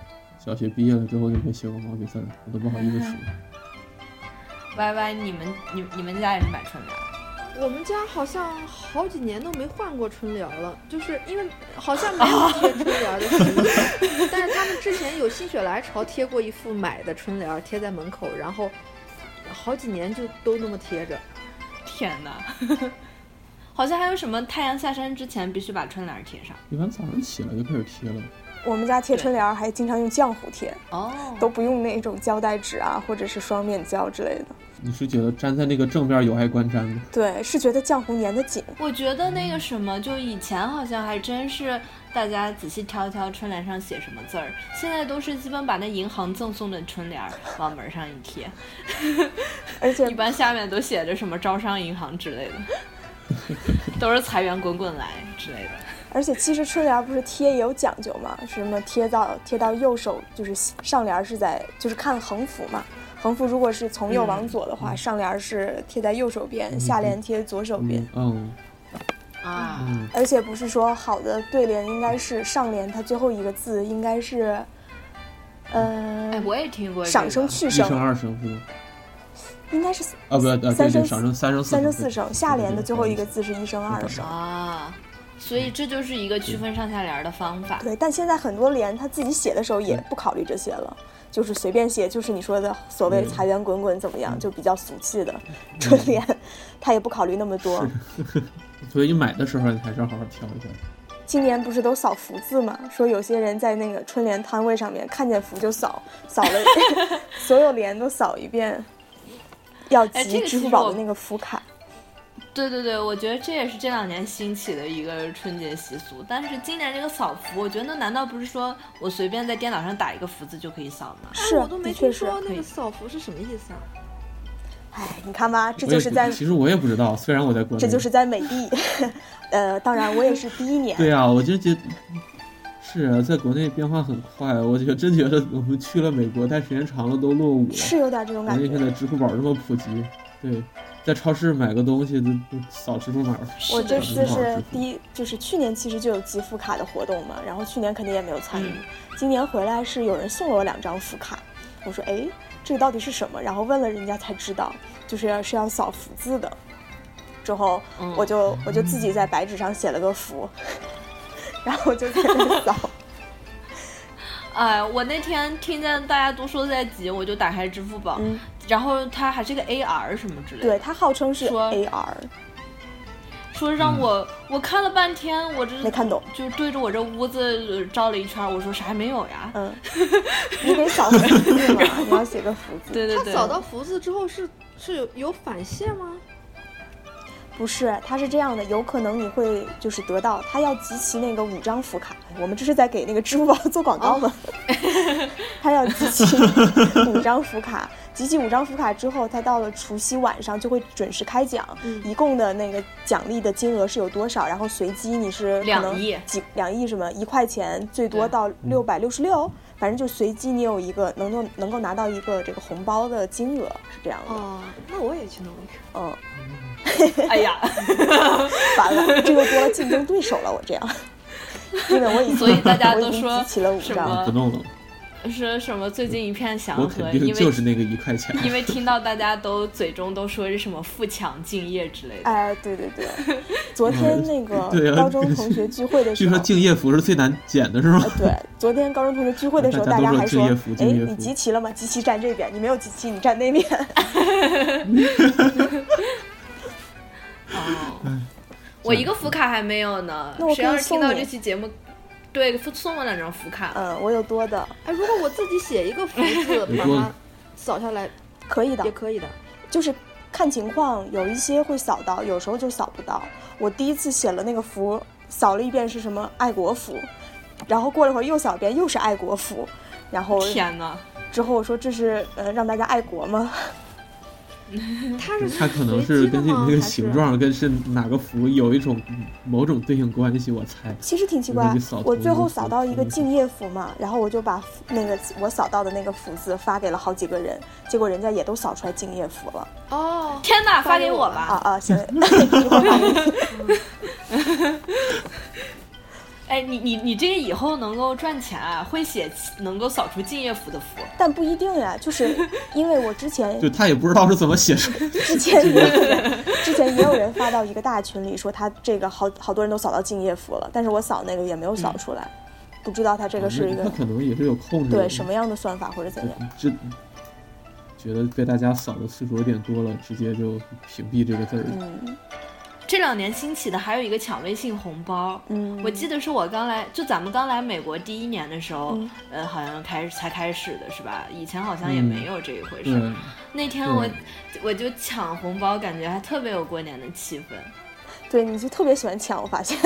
Speaker 2: 小学毕业了之后就没写过毛笔字儿，我都不好意思数。
Speaker 4: 歪歪，你们你你们家也是买春联儿？
Speaker 3: 我们家好像好几年都没换过春联儿了，就是因为好像没
Speaker 1: *laughs*
Speaker 3: 有贴春联儿的习惯。但是他们之前有心血来潮贴过一副买的春联儿贴在门口，然后好几年就都那么贴着。哎
Speaker 4: 天哪！ *laughs* 好像还有什么太阳下山之前必须把春联儿贴上
Speaker 2: 一般早上起来就开始贴了，
Speaker 1: 我们家贴春联儿还经常用浆糊贴，
Speaker 4: 哦
Speaker 1: 都不用那种胶带纸啊，或者是双面胶之类的。
Speaker 2: 你是觉得粘在那个正面有碍观瞻吗？
Speaker 1: 对，是觉得浆糊粘得紧。
Speaker 4: 我觉得那个什么，就以前好像还真是大家仔细挑一挑春联上写什么字儿，现在都是基本把那银行赠送的春联儿往门上一贴，
Speaker 1: 而且
Speaker 4: 一般下面都写着什么招商银行之类的，都是财源滚滚来之类的。
Speaker 1: 而且其实春联儿不是贴也有讲究嘛，什么贴到贴到右手，就是上联儿是在就是看横幅嘛。横幅如果是从右往左的
Speaker 2: 嗯
Speaker 1: 话，上联儿是贴在右手边，下联贴左手边。
Speaker 2: 嗯嗯
Speaker 4: 啊，
Speaker 2: 嗯，
Speaker 1: 而且不是说好的对联应该是上联，它最后一个字应该是，呃，
Speaker 4: 哎，我也听过、这个、
Speaker 1: 上声去
Speaker 2: 一
Speaker 1: 声，
Speaker 2: 声二声是吗？
Speaker 1: 应该是
Speaker 2: 啊，不，啊，对
Speaker 1: 三
Speaker 2: 对，
Speaker 1: 声
Speaker 2: 上声三声四
Speaker 1: 三声四声，下联的最后一个
Speaker 2: 字。
Speaker 1: 字是一声二声。
Speaker 4: 啊，所以这就是一个区分上下联儿的方法。
Speaker 1: 对，但现在很多联他自己写的时候也不考虑这些了，就是随便写，就是你说的所谓
Speaker 2: 嗯
Speaker 1: 财源滚滚怎么样，就比较俗气的春联， *laughs* 他也不考虑那么多。
Speaker 2: 所以你买的时候你还是要好好挑一下。
Speaker 1: 今年不是都扫福字嘛？说有些人在那个春联摊位上面看见福就扫，扫了所有联都扫一遍，要
Speaker 4: 哎这
Speaker 1: 集
Speaker 4: 个
Speaker 1: 支
Speaker 4: 其
Speaker 1: 付
Speaker 4: 实
Speaker 1: 宝
Speaker 4: 我
Speaker 1: 的那个福卡。
Speaker 4: 对对对，我觉得这也是这两年兴起的一个春节习俗。但是今年这个扫福，我觉得难道不是说我随便在电脑上打一个福字就可以扫吗？
Speaker 1: 是
Speaker 3: 哎，我都没
Speaker 1: 的确
Speaker 3: 听
Speaker 1: 是
Speaker 3: 说那
Speaker 4: 可以
Speaker 3: 个扫福是什么意思啊？
Speaker 1: 哎，你看吧，这
Speaker 2: 我也
Speaker 1: 就是在
Speaker 2: 其实我也不知道，虽嗯然我在国内，
Speaker 1: 这就是在美帝， *laughs* 呃，当然我也是第一年。
Speaker 2: 对啊，我就觉得是啊，在国内变化很快，我觉得真觉得我们去了美国待时间长了都落伍
Speaker 1: 是
Speaker 2: 了。
Speaker 1: 有点这种
Speaker 2: 国
Speaker 1: 感
Speaker 2: 内
Speaker 1: 觉
Speaker 2: 现，在支付宝这么普及，对，在超市买个东西都都扫支付宝。
Speaker 1: 我
Speaker 4: 是的
Speaker 1: 这次
Speaker 2: 是的
Speaker 1: 是第一，就是去年其实就有集福卡的活动嘛，然后去年肯定也没有参与
Speaker 4: 嗯，
Speaker 1: 今年回来是有人送了我两张福卡，我说哎，这个到底是什么？然后问了人家才知道，就是要是要扫福字的。之后
Speaker 4: 嗯
Speaker 1: 我就我就自己在白纸上写了个福， *laughs* 然后我就在那扫。
Speaker 4: *laughs* 哎，我那天听见大家都说在集，我就打开支付宝，
Speaker 1: 嗯，
Speaker 4: 然后它还是个 AR 什么之类的，
Speaker 1: 对，它号称是
Speaker 4: 说
Speaker 1: AR，
Speaker 4: 说让我、我看了半天，我这
Speaker 1: 没看
Speaker 4: *laughs*
Speaker 1: 懂。
Speaker 4: 就对着我这屋子呃照了一圈，我说啥也没有呀。
Speaker 1: 嗯，你得扫福字嘛，你要写个福字。
Speaker 4: 对对
Speaker 3: 他
Speaker 4: 对，
Speaker 3: 扫到福字之后是是有有返现吗？
Speaker 1: 不是，它是这样的，有可能你会就是得到，它要集齐那个五张福卡。我们这是在给那个支付宝做广告吗？
Speaker 4: 哦
Speaker 1: *laughs* 它要集
Speaker 4: *laughs*
Speaker 1: 齐五张福卡，集齐五张福卡之后，它到了除夕晚上就会准时开奖，
Speaker 3: 嗯
Speaker 1: 一共的那个奖励的金额是有多少？然后随机你是可
Speaker 4: 两
Speaker 1: 能
Speaker 4: 亿
Speaker 1: 几两亿什么一块钱，最多
Speaker 4: 对
Speaker 1: 到六百六十六，反正就随机你有一个能够能够拿到一个这个红包的金额是这样的，
Speaker 3: 哦，那我也去弄一个。
Speaker 1: 嗯，
Speaker 4: 哎呀， *laughs*
Speaker 1: *laughs* 完了，这又多了竞争对手了，我这样，因为我已经
Speaker 4: 所以大家都
Speaker 1: 我已
Speaker 4: 说
Speaker 1: 经集齐了五
Speaker 4: 什
Speaker 1: 张，
Speaker 4: 么
Speaker 2: 不弄了，
Speaker 4: 说什么最近一片祥
Speaker 2: 我
Speaker 4: 和，
Speaker 2: 肯
Speaker 4: 因为
Speaker 2: 定就是那个一块钱。
Speaker 4: *laughs* 因为听到大家都嘴中都说是什么富强敬业之类的，
Speaker 1: 哎，对对对，昨天那个
Speaker 2: *laughs* 对啊
Speaker 1: 高中同学聚会的
Speaker 2: 据
Speaker 1: 时
Speaker 2: 说
Speaker 1: 候。
Speaker 2: 敬业福是最难捡的，是吗
Speaker 1: 呃？对，昨天高中同学聚会的时候，大
Speaker 2: 大家
Speaker 1: 家
Speaker 2: 都
Speaker 1: 还
Speaker 2: 说
Speaker 1: 说
Speaker 2: 敬业福：“
Speaker 1: 哎，
Speaker 2: 敬业福
Speaker 1: 你集齐了吗？集齐站这边，你没有集齐，你站那边。 *laughs*
Speaker 4: 哦， *laughs* *laughs* 我一个福卡还没有呢
Speaker 1: 那我。可
Speaker 4: 谁
Speaker 1: 以
Speaker 4: 要是
Speaker 1: 送
Speaker 4: 听到
Speaker 1: 你
Speaker 4: 这期节目，对，送我两张福”卡。
Speaker 1: 嗯，我有多的，
Speaker 3: 哎，如果我自己写一个福
Speaker 1: *laughs*
Speaker 3: 字，
Speaker 2: 你
Speaker 3: 把
Speaker 2: 说
Speaker 3: 它扫下来
Speaker 1: 可以的
Speaker 3: 也，可以的。
Speaker 1: 就是看情况，有一些会扫到，有时候就扫不到。我第一次写了那个福，扫了一遍是什么爱国福，然后过了一会儿又扫一遍又是爱国福，然后
Speaker 4: 天哪！
Speaker 1: 之后我说这是呃让大家爱国吗？
Speaker 3: 它是
Speaker 2: 它可能是根据你
Speaker 3: 那
Speaker 2: 那个形，状，跟是哪个符有一种某种对应关系，我猜。
Speaker 1: 其实挺奇
Speaker 2: 那
Speaker 1: 怪啊
Speaker 2: 个扫，
Speaker 1: 我
Speaker 2: 图
Speaker 1: 最后
Speaker 2: 扫
Speaker 1: 扫到一个
Speaker 2: 图
Speaker 1: 敬业福嘛，然后我就把福那个我扫到的那个福字发给了好几个人，结果人家也都扫出来敬业福了。
Speaker 3: 还是哦，
Speaker 4: 天哪，
Speaker 3: 发
Speaker 4: 发
Speaker 3: 给
Speaker 4: 给
Speaker 3: 我
Speaker 4: 我吧！
Speaker 1: 啊啊，
Speaker 2: *laughs*
Speaker 1: 行，一会儿发给你
Speaker 4: 哎，你你你这个以后能够赚钱啊，会写能够扫除敬业福的福。
Speaker 1: 但不一定呀，就是因为我之前
Speaker 2: 就他也不知道是怎么写出来的，
Speaker 1: 之前也有人之前也有人发到一个大群里说他这个好好多人都扫到敬业福了，但是我扫那个也没有
Speaker 2: 嗯
Speaker 1: 扫出来，不知道他这个是一
Speaker 2: 他
Speaker 1: 个
Speaker 2: 哦可能也是有控制的。
Speaker 1: 对什么样的算法或者怎样。
Speaker 2: 这觉得被大家扫的次数有点多了，直接就屏蔽这个字儿。
Speaker 1: 嗯
Speaker 4: 这两年兴起的还有一个抢微信红包，
Speaker 1: 嗯，
Speaker 4: 我记得是我刚来，就咱们刚来美国第一年的时候，
Speaker 1: 嗯
Speaker 4: 呃，好像开始才开始的是吧？以前好像也
Speaker 2: 嗯
Speaker 4: 没有这一回事。
Speaker 2: 对，
Speaker 4: 那天我
Speaker 2: 对
Speaker 4: 我就抢红包，感觉还特别有过年的气氛。
Speaker 1: 对，你就特别喜欢抢，我发现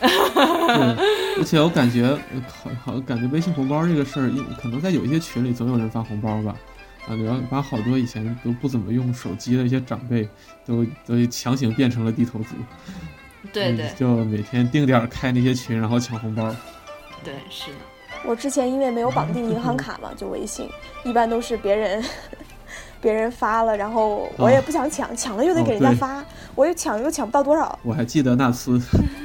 Speaker 2: 对，而且我感觉，呃好好感觉微信红包这个事儿，因可能在有一些群里总有人发红包吧。啊，然后把好多以前都不怎么用手机的一些长辈，都都强行变成了地头族。
Speaker 4: 对
Speaker 2: 嗯
Speaker 4: 对、
Speaker 2: 就每天定点儿开那些群，然后抢红包。
Speaker 4: 对，是的。
Speaker 1: 我之前因为没有绑定银行卡
Speaker 2: *laughs*
Speaker 1: 嘛，就微信，一般都是别人。 *laughs* 别人发了，然后我也不想抢，抢了又得给人家
Speaker 2: 哦对
Speaker 1: 发，我又抢又抢不到多少。
Speaker 2: 我还记得那次，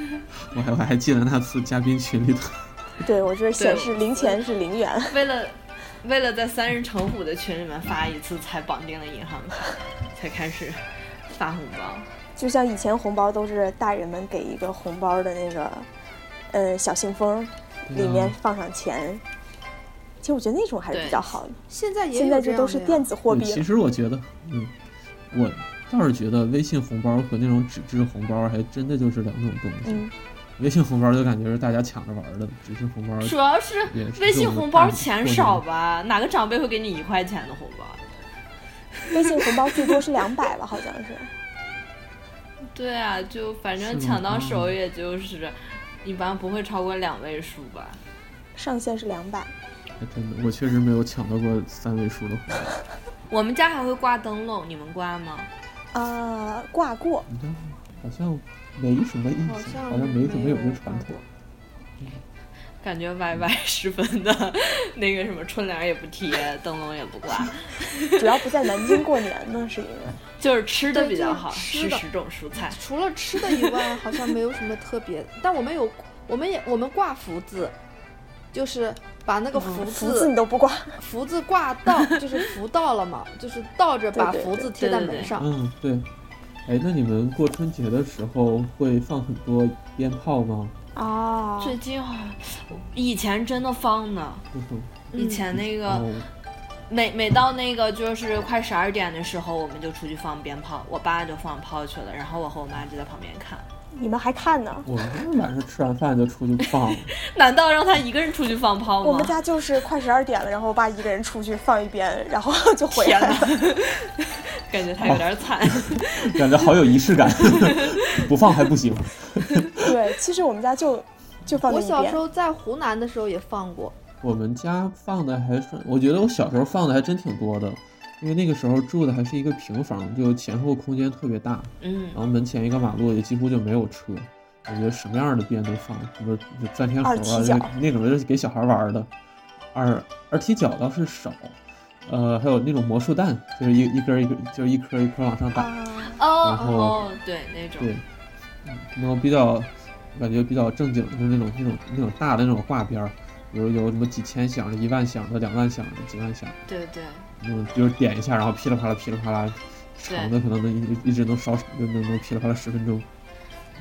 Speaker 2: *laughs* 我还我还记得那次嘉宾群里头，
Speaker 1: 对我这显
Speaker 4: 对
Speaker 1: 示零钱是零元。
Speaker 4: 为了为了在三人成虎的群里面发一次，才绑定了银行卡，才开始发红包。
Speaker 1: 就像以前红包都是大人们给一个红包的那个，呃，小信封，
Speaker 2: 对
Speaker 1: 里
Speaker 2: 啊
Speaker 1: 面放上钱。其实我觉得那种还是比
Speaker 4: 对
Speaker 1: 较好的，
Speaker 3: 现在也
Speaker 1: 现在
Speaker 3: 有
Speaker 1: 这
Speaker 3: 样
Speaker 1: 都是
Speaker 3: 的呀
Speaker 1: *laughs* 电子货
Speaker 2: 对
Speaker 1: 币
Speaker 2: 其
Speaker 1: 了。
Speaker 2: 实我觉得，嗯，我倒是觉得微信红包和那种纸质红包还真的就是两种东西。
Speaker 1: 嗯，
Speaker 2: 微信红包就感觉是大家抢着玩儿的，纸质红包
Speaker 4: 主要是
Speaker 2: 也是
Speaker 4: 微信红包
Speaker 2: 这
Speaker 4: 钱
Speaker 2: 种大
Speaker 4: 少吧？哪个长辈会给你一块钱的红包？
Speaker 1: 微信红包最多是两百吧，好像是。
Speaker 4: 对啊，就反正
Speaker 2: 是吗嗯
Speaker 4: 抢到手也就是，一般不会超过两位数吧。
Speaker 1: 上限是两百，
Speaker 2: 还真的，我确实没有抢到过三位数的红包。
Speaker 4: 我们家还会挂灯笼，你们挂吗？
Speaker 1: 啊，挂过，
Speaker 2: 你看，好像没什么印象，
Speaker 3: 好
Speaker 2: 好
Speaker 3: 像
Speaker 2: 像没怎么有
Speaker 3: 没
Speaker 2: 这
Speaker 3: 有
Speaker 2: 传统。
Speaker 4: 感觉 YY 十分的，那个什么春联儿也不贴，灯笼也不 *laughs* 挂，
Speaker 1: 主要不在南京过年呢，是因为
Speaker 4: 就是吃的比较好，
Speaker 3: 对就是吃
Speaker 4: 吃
Speaker 3: 的
Speaker 4: 十种蔬菜。
Speaker 3: 除了吃的以外，好像没有什么特别的。但我们有，我们也我们挂福字，就是把那个福
Speaker 1: 嗯福字
Speaker 3: 字、
Speaker 1: 你都不挂，
Speaker 3: 福字挂到，就是福到了嘛，就是倒着把
Speaker 1: 对对
Speaker 3: 福字贴在
Speaker 4: 对对
Speaker 3: 门
Speaker 4: 对
Speaker 3: 上。
Speaker 2: 嗯，对。哎，那你们过春节的时候会放很多鞭炮吗？
Speaker 1: 啊
Speaker 4: 最近好像，以前真的放呢，
Speaker 2: 就是，
Speaker 4: 以前那个、
Speaker 2: 哦，
Speaker 4: 每每到那个就是快十二点的时候，我们就出去放鞭炮，我爸就放炮去了，然后我和我妈就在旁边看。 *laughs*
Speaker 1: 你们还看呢？
Speaker 2: 我们就是晚上吃完饭就出去放了。
Speaker 4: 难道让他一个人出去放炮
Speaker 1: 我们
Speaker 4: 吗？
Speaker 1: 家就是快十二点了，然后我爸一个人出去放一遍，然后 *laughs* 就回
Speaker 4: 天
Speaker 1: 来
Speaker 4: 哪 *laughs*
Speaker 1: 了。，
Speaker 4: 感觉他有点惨。
Speaker 2: 感觉好有仪式感， *laughs* 不放还不行。
Speaker 1: 对，其实我们家就就放那
Speaker 3: 我
Speaker 1: 一
Speaker 3: 小
Speaker 1: 遍
Speaker 3: 时。候在湖南的时候也放过，
Speaker 2: 我们家放的还算，我觉得我小时候放的还真挺多的，因为那个时候住的还是一个平房，就前后空间特别大，
Speaker 4: *laughs* 嗯
Speaker 2: 然，后门前一个马路也几乎就没有车。我觉得什么样的鞭都放，什么钻天猴
Speaker 1: 二
Speaker 2: 啊，
Speaker 1: 踢脚
Speaker 2: 那那种就是给小孩玩的。二二踢脚倒是少，呃，还有那种魔术弹，就是一一根儿一根儿，就是一颗一颗往上打。
Speaker 1: 啊，
Speaker 4: 哦
Speaker 2: 然后
Speaker 4: 哦，对，那种
Speaker 2: 对，嗯那种比较感觉比较正经的，就是那种那种那种大的那种挂鞭儿，有有什么几千响的、一万响的、两万响的、几万响的，
Speaker 4: 对对
Speaker 2: 那种就是点一下，然后噼里啪啦噼里啪啦，长的可能能一一直能烧能能能噼里啪啦十分钟。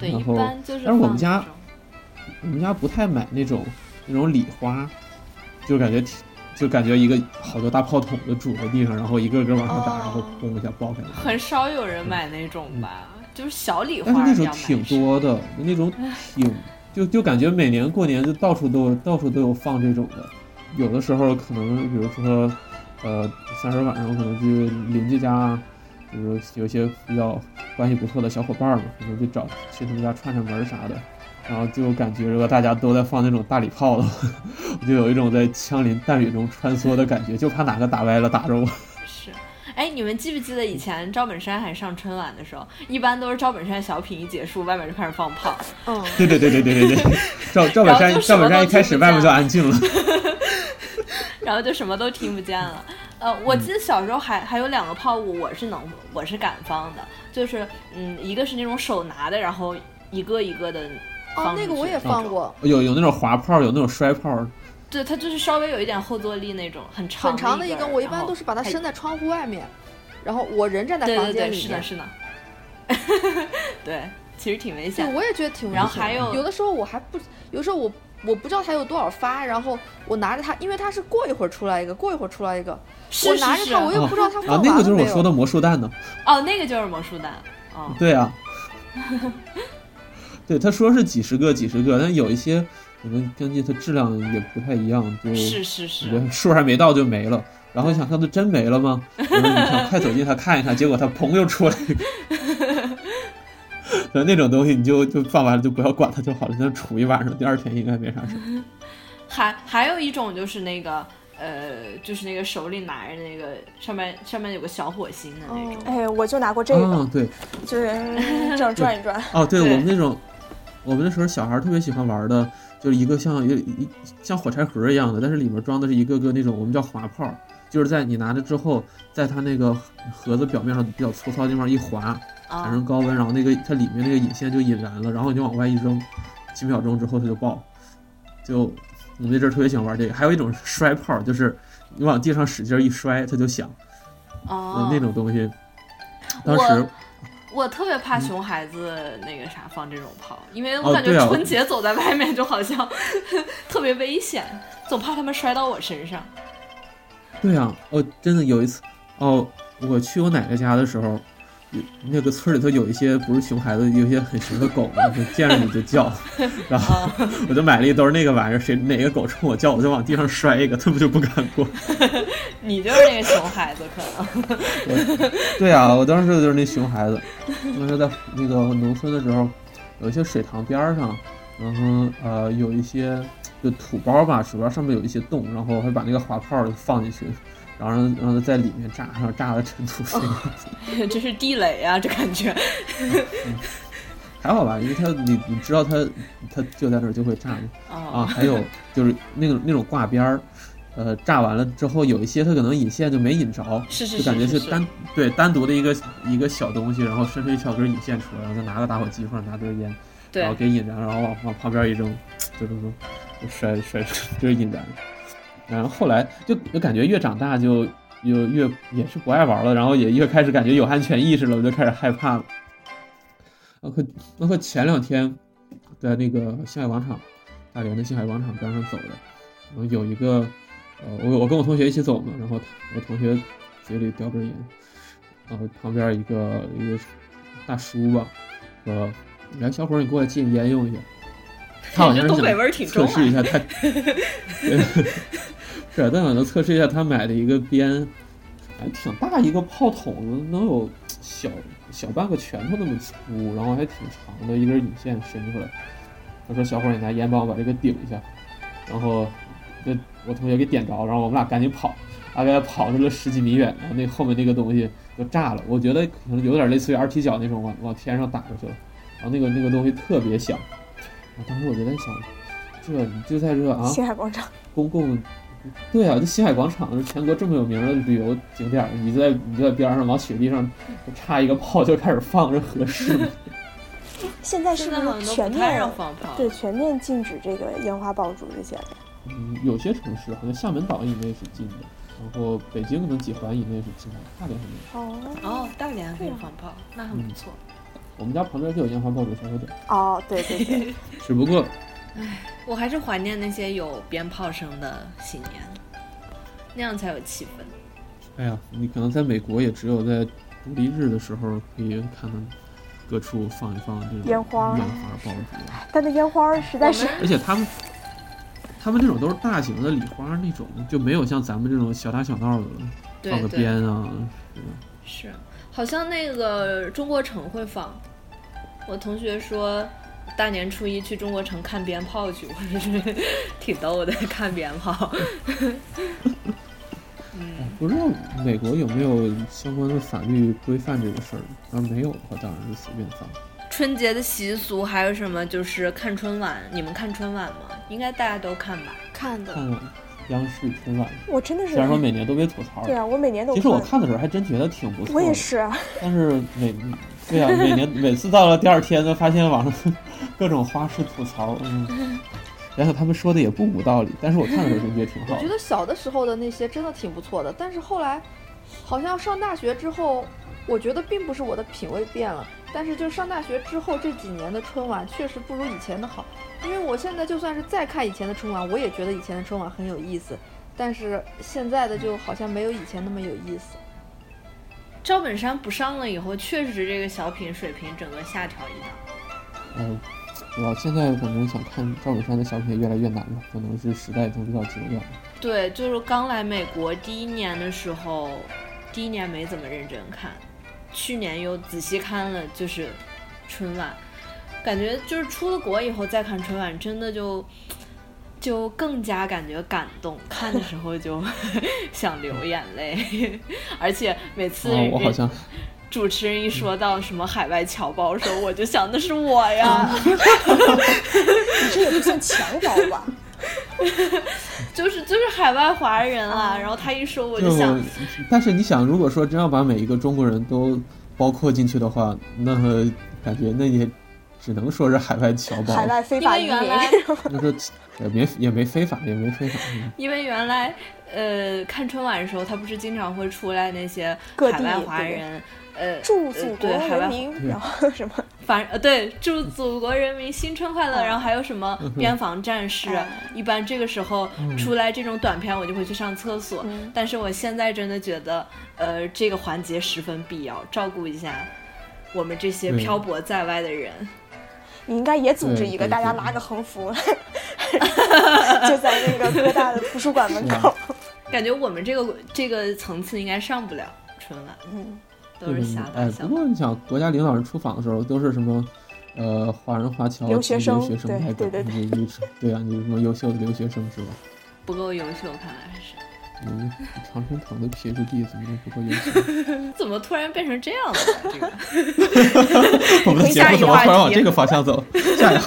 Speaker 4: 对，
Speaker 2: 然
Speaker 4: 一
Speaker 2: 后
Speaker 4: 般就是放那种。
Speaker 2: 但是我们家我们家不太买那种那种礼花，就感觉挺。就感觉一个好多大炮筒子杵在地上，然后一个个往上打，
Speaker 3: 哦
Speaker 2: 然后嘣一下爆开了。
Speaker 4: 很少有人买那种吧，就是小礼花
Speaker 2: 嗯但是
Speaker 4: 要买
Speaker 2: 那
Speaker 4: 一束。
Speaker 2: 种挺多的，那
Speaker 4: *laughs*
Speaker 2: 种挺就就感觉每年过年就到处都有到处都有放这种的，有的时候可能比如说，呃，三十晚上我可能去邻居家，就是有些比较关系不错的小伙伴儿嘛，可能就找去他们家串串门儿啥的，然后就感觉如果大家都在放那种大礼炮的 *laughs* 话，我就有一种在枪林弹雨中穿梭的感觉，就怕哪个打歪了打着我。 *laughs*
Speaker 4: 是，哎，你们记不记得以前赵本山还上春晚的时候，一般都是赵本山小品一结束，外面就开始放炮，
Speaker 3: 嗯，
Speaker 2: 对对对对对对对，赵赵本
Speaker 4: 然后
Speaker 2: 山
Speaker 4: 就
Speaker 2: 赵本
Speaker 4: 什么
Speaker 2: 山
Speaker 4: 都
Speaker 2: 一开始
Speaker 4: 听不
Speaker 2: 外面就
Speaker 4: 见
Speaker 2: 安静了，
Speaker 4: 然后就什么都听不见了。呃，我记得小时候还 *laughs* 还有两个炮舞，我是能我是敢放的，就是嗯，一个是那种手拿的，然后一个一个的
Speaker 3: 哦
Speaker 4: 放，
Speaker 3: 那
Speaker 4: 进
Speaker 3: 个我
Speaker 4: 去
Speaker 3: 也放过，
Speaker 2: 有有那种滑炮，有那种摔炮，
Speaker 4: 对，它就是稍微有一点后坐力那种，很长
Speaker 3: 很长的
Speaker 4: 一
Speaker 3: 一
Speaker 4: 根
Speaker 3: 根，
Speaker 4: 儿，
Speaker 3: 我一
Speaker 4: 然
Speaker 3: 般
Speaker 4: 后
Speaker 3: 都是把它
Speaker 4: 还
Speaker 3: 伸在窗户外面，然后我人站在
Speaker 4: 对
Speaker 3: 房
Speaker 4: 对
Speaker 3: 间
Speaker 4: 对，
Speaker 3: 里
Speaker 4: 是的，
Speaker 3: 面。
Speaker 4: 是的， *laughs* 对，其实挺危
Speaker 3: 对，
Speaker 4: 险的。
Speaker 3: 我也觉得挺危
Speaker 4: 然后
Speaker 3: 险
Speaker 4: 还
Speaker 3: 的
Speaker 4: 有
Speaker 3: 有的时候我还不，有时候我我不知道它有多少发，然后我拿着它，因为它是过一会儿出来一个，过一会儿出来一个，
Speaker 4: 是
Speaker 3: 我
Speaker 4: 是
Speaker 3: 拿着
Speaker 4: 是
Speaker 3: 它，我又
Speaker 2: 哦
Speaker 3: 不知道它
Speaker 2: 啊
Speaker 3: 放，完了没有。
Speaker 2: 那个就是我说的魔术弹呢。
Speaker 4: 哦，那个就是魔术弹哦，
Speaker 2: 对啊， *laughs* 对他说是几十个几十个，但有一些可能根据它质量也不太一样，就是
Speaker 4: 是
Speaker 2: 我觉
Speaker 4: 是，
Speaker 2: 得数还没到就没了。然后想看，它真没了吗？我说你想快走近它看一看，结果它砰又出来一个。 *laughs* 对那种东西你就就放完了就不要管它就好了，就杵一晚上，第二天应该没啥事儿。
Speaker 4: 还还有一种就是那个呃，就是那个手里拿着那个上面上面有个小火星的
Speaker 3: 哦
Speaker 4: 那种，
Speaker 1: 哎，我就拿过这个，
Speaker 2: 啊，对，
Speaker 1: *laughs*
Speaker 4: *laughs*
Speaker 1: 就是嗯这样转一转。
Speaker 2: 哦，对
Speaker 4: 对
Speaker 2: 我们那种，我们那时候小孩儿特别喜欢玩的，就是一个像一一像火柴盒一样的，但是里面装的是一个个那种我们叫滑炮，就是在你拿着之后，在它那个盒子表面上比较粗糙的地方一滑，产
Speaker 4: 啊
Speaker 2: 生高温，然后那个它里面那个引线就引燃了，然后你就往外一扔，几秒钟之后它就爆。就我们那阵儿特别喜欢玩这个，还有一种摔炮，就是你往地上使劲儿一摔，它就响，
Speaker 4: 哦，
Speaker 2: 呃那种东西。当
Speaker 4: 我
Speaker 2: 时
Speaker 4: 我特别怕
Speaker 2: 嗯
Speaker 4: 熊孩子那个啥放这种炮，因为我
Speaker 2: 哦
Speaker 4: 感觉
Speaker 2: 对啊
Speaker 4: 春节走在外面就好像 *laughs* 特别危险，总怕他们摔到我身上。
Speaker 2: 对啊，哦，真的有一次，哦，我去我奶奶家的时候，有那个村里头有一些不是熊孩子，有一些很熊的狗嘛，就见着你就叫，然后我就买了一兜那个玩意儿，谁哪个狗冲我叫，我就往地上摔一个，它们就不敢过。
Speaker 4: 你就是那个熊孩子，可能
Speaker 2: *laughs* 对啊，我当时就是那熊孩子。那时候在那个农村的时候，有一些水塘边儿上，然后呃有一些就土包吧，土包上面有一些洞，然后会把那个滑炮放进去，然后让让它在里面炸，然后炸的尘土飞扬。
Speaker 4: *laughs* 这是地雷啊，这感觉。
Speaker 2: 还好吧，因为它你你知道它它就在那儿就会炸嘛啊，
Speaker 4: 哦，
Speaker 2: 还有就是那种那种挂边儿，呃，炸完了之后有一些它可能引线就没引着，
Speaker 4: 是是
Speaker 2: 就感觉
Speaker 4: 是
Speaker 2: 是单对单独的一个一个小东西，然后伸出一小根引线出来，然后再拿个打火机或者拿根烟，然后
Speaker 4: 对，
Speaker 2: 给引燃，然后往往旁边一扔，就这么就摔摔，就是引燃。然后后来就就感觉越长大就就越也是不爱玩了，然后也越开始感觉有安全意识了，我就开始害怕了。包括包括前两天在那个星海广场，大连的星海广场边上走的，然后有一个呃，我我跟我同学一起走嘛，然后我同学嘴里叼根烟，然后旁边一个一个大叔吧，说来，小伙儿，你过来借烟用一下。他好像
Speaker 4: 这
Speaker 2: 是
Speaker 4: 东北
Speaker 2: 想
Speaker 4: 味儿挺重
Speaker 2: 测
Speaker 4: 啊。
Speaker 2: 试一下
Speaker 4: *laughs*
Speaker 2: 他，对是，但好像测试一下他买的一个鞭，还挺大一个炮筒，能有小小半个拳头那么粗，然后还挺长的，一根引线伸出来。他说：“小伙儿，你拿烟帮我把这个顶一下。”然后那我同学给点着，然后我们俩赶紧跑，大概跑出了十几米远，然后那后面那个东西就炸了。我觉得可能有点类似于二踢脚那种往往天上打过去了，然后那个那个东西特别响。我当时我就在想，这你就在这啊，
Speaker 1: 星海广场，
Speaker 2: 公共，对啊，这西海广场是全国这么有名的旅游景点儿，你就在你就在边儿上往雪地上插一个炮就开始放，这合适吗？
Speaker 1: 现在是
Speaker 4: 现
Speaker 1: 不
Speaker 4: 在好
Speaker 1: 是
Speaker 4: 像都
Speaker 1: 全
Speaker 4: 不太
Speaker 1: 面
Speaker 4: 让放炮。
Speaker 1: 对全面禁止这个烟花爆竹这些了？
Speaker 2: 嗯，有些城市好像厦门岛以内是禁的，然后北京可能几环以内是禁的，大连是没有。
Speaker 1: 哦
Speaker 4: 哦，大连可以放炮，那很不错。
Speaker 2: 我们家旁边就有烟花爆竹烧烤店，
Speaker 1: 哦，对对对，
Speaker 2: 只不过嗯
Speaker 4: 我还是怀念那些有鞭炮声的新年，那样才有气氛。
Speaker 2: 哎呀，你可能在美国也只有在独立日的时候可以看到各处放一放这种
Speaker 1: 烟花
Speaker 2: 烟花爆竹。啊
Speaker 1: 但那烟花儿实在是
Speaker 2: 而且他们，他们这种都是大型的礼花那种，就没有像咱们这种小打小闹的了，
Speaker 4: 对
Speaker 2: 放个
Speaker 4: 对
Speaker 2: 鞭啊。
Speaker 4: 是，好像那个中国城会放。我同学说，大年初一去中国城看鞭炮去， *laughs* 我
Speaker 2: *laughs*
Speaker 4: 说是挺逗的，看鞭炮。
Speaker 2: 哎不不知道美国有没有相关的法律规范这个事儿，要是没有的话，当然就随便放。
Speaker 4: 春节的习俗还有什么？就是看春晚，你们看春晚吗？应该大家都看吧。
Speaker 3: 看的
Speaker 2: 看央视春晚，
Speaker 1: 我真的是
Speaker 2: 虽然说每年都被吐槽
Speaker 1: 对，啊，我每年都
Speaker 2: 其实我看的时候还真觉得挺不错的。
Speaker 1: 我也是啊，
Speaker 2: 但是每对呀、每年每次到了第二天，就发现网上 *laughs* 各种花式吐槽，嗯，然后他们说的也不无道理，但是我看的时候就觉得挺好
Speaker 3: 我觉
Speaker 2: 的。
Speaker 3: 得小的时候的那些真的挺不错的，但是后来，好像上大学之后，我觉得并不是我的品味变了，但是就上大学之后这几年的春晚确实不如以前的好，因为我现在就算是再看以前的春晚，我也觉得以前的春晚很有意思，但是现在的就好像没有以前那么有意思。
Speaker 4: 赵本山不上了以后，确实这个小品水平整个下调一档。
Speaker 2: 嗯，我现在可能想看赵本山的小品也越来越难了，可能是时代都比较久远了。
Speaker 4: 对，就是刚来美国第一年的时候，第一年没怎么认真看，去年又仔细看了，就是春晚，感觉就是出了国以后再看春晚，真的就就更加感觉感动，看的时候就 *laughs* 想流眼泪， *laughs* 而且每次
Speaker 2: 嗯哦，我好
Speaker 4: 人
Speaker 2: 像
Speaker 4: 主持人一说到什么海外侨胞的时候，我就想那是我呀。
Speaker 2: 嗯
Speaker 1: 你这也不算强高
Speaker 2: *laughs*
Speaker 1: 吧？
Speaker 4: *laughs* 就是就是海外华人啊，然后他一说我就想，
Speaker 2: 但是你想，如果说真要把每一个中国人都包括进去的话，那感觉那也只能说是海外侨胞，
Speaker 1: 海外非
Speaker 4: 因
Speaker 1: 法
Speaker 4: 为
Speaker 1: 移
Speaker 4: 原
Speaker 1: 民，
Speaker 4: 来
Speaker 2: 那说也没也没非法，也没非法。嗯
Speaker 4: 因为原来呃看春晚的时候，他不是经常会出来那些
Speaker 1: 各
Speaker 4: 海
Speaker 1: 地
Speaker 4: 外华
Speaker 1: 对不对
Speaker 4: 人，呃
Speaker 1: 驻祖
Speaker 4: 呃
Speaker 1: 国
Speaker 4: 对海
Speaker 1: 人
Speaker 4: 外
Speaker 1: 民，然后什么
Speaker 4: 反呃对祝祖国人民新春快乐，
Speaker 1: 嗯
Speaker 4: 然后还有什么
Speaker 2: 嗯哼
Speaker 4: 边防战士，
Speaker 1: 嗯
Speaker 4: 一般这个时候
Speaker 2: 嗯
Speaker 4: 出来这种短片，我就会去上厕所。
Speaker 1: 嗯
Speaker 4: 但是我现在真的觉得，呃，这个环节十分必要，照顾一下我们这些
Speaker 2: 对
Speaker 4: 漂泊在外的人。
Speaker 1: 你应该也组织一个，
Speaker 2: 对对
Speaker 1: 大家
Speaker 2: 对
Speaker 1: 拉个横幅， *laughs* 就在那个各大的图书馆 *laughs* 门口。
Speaker 4: 感觉我们这个这个层次应该上不了春晚，
Speaker 1: 嗯，
Speaker 4: 都是瞎
Speaker 2: 哎，
Speaker 4: 打瞎
Speaker 2: 不
Speaker 4: 闹。
Speaker 2: 过你想，国家领导人出访的时候都是什么？呃，华人华侨
Speaker 1: 留学生
Speaker 2: 留学生
Speaker 1: 对
Speaker 2: 代表，
Speaker 1: 对对
Speaker 2: 你你对啊，你什么优秀的留学生是吧？
Speaker 4: 不够优秀，看来是。
Speaker 2: 你常春藤的 PhD 怎么能不够
Speaker 1: *laughs*
Speaker 2: 优秀？
Speaker 4: 怎么突然变成这样了
Speaker 2: *laughs*
Speaker 4: 呢？这个
Speaker 2: 我们的节目怎么突然往这个方向走？ *laughs* 下一个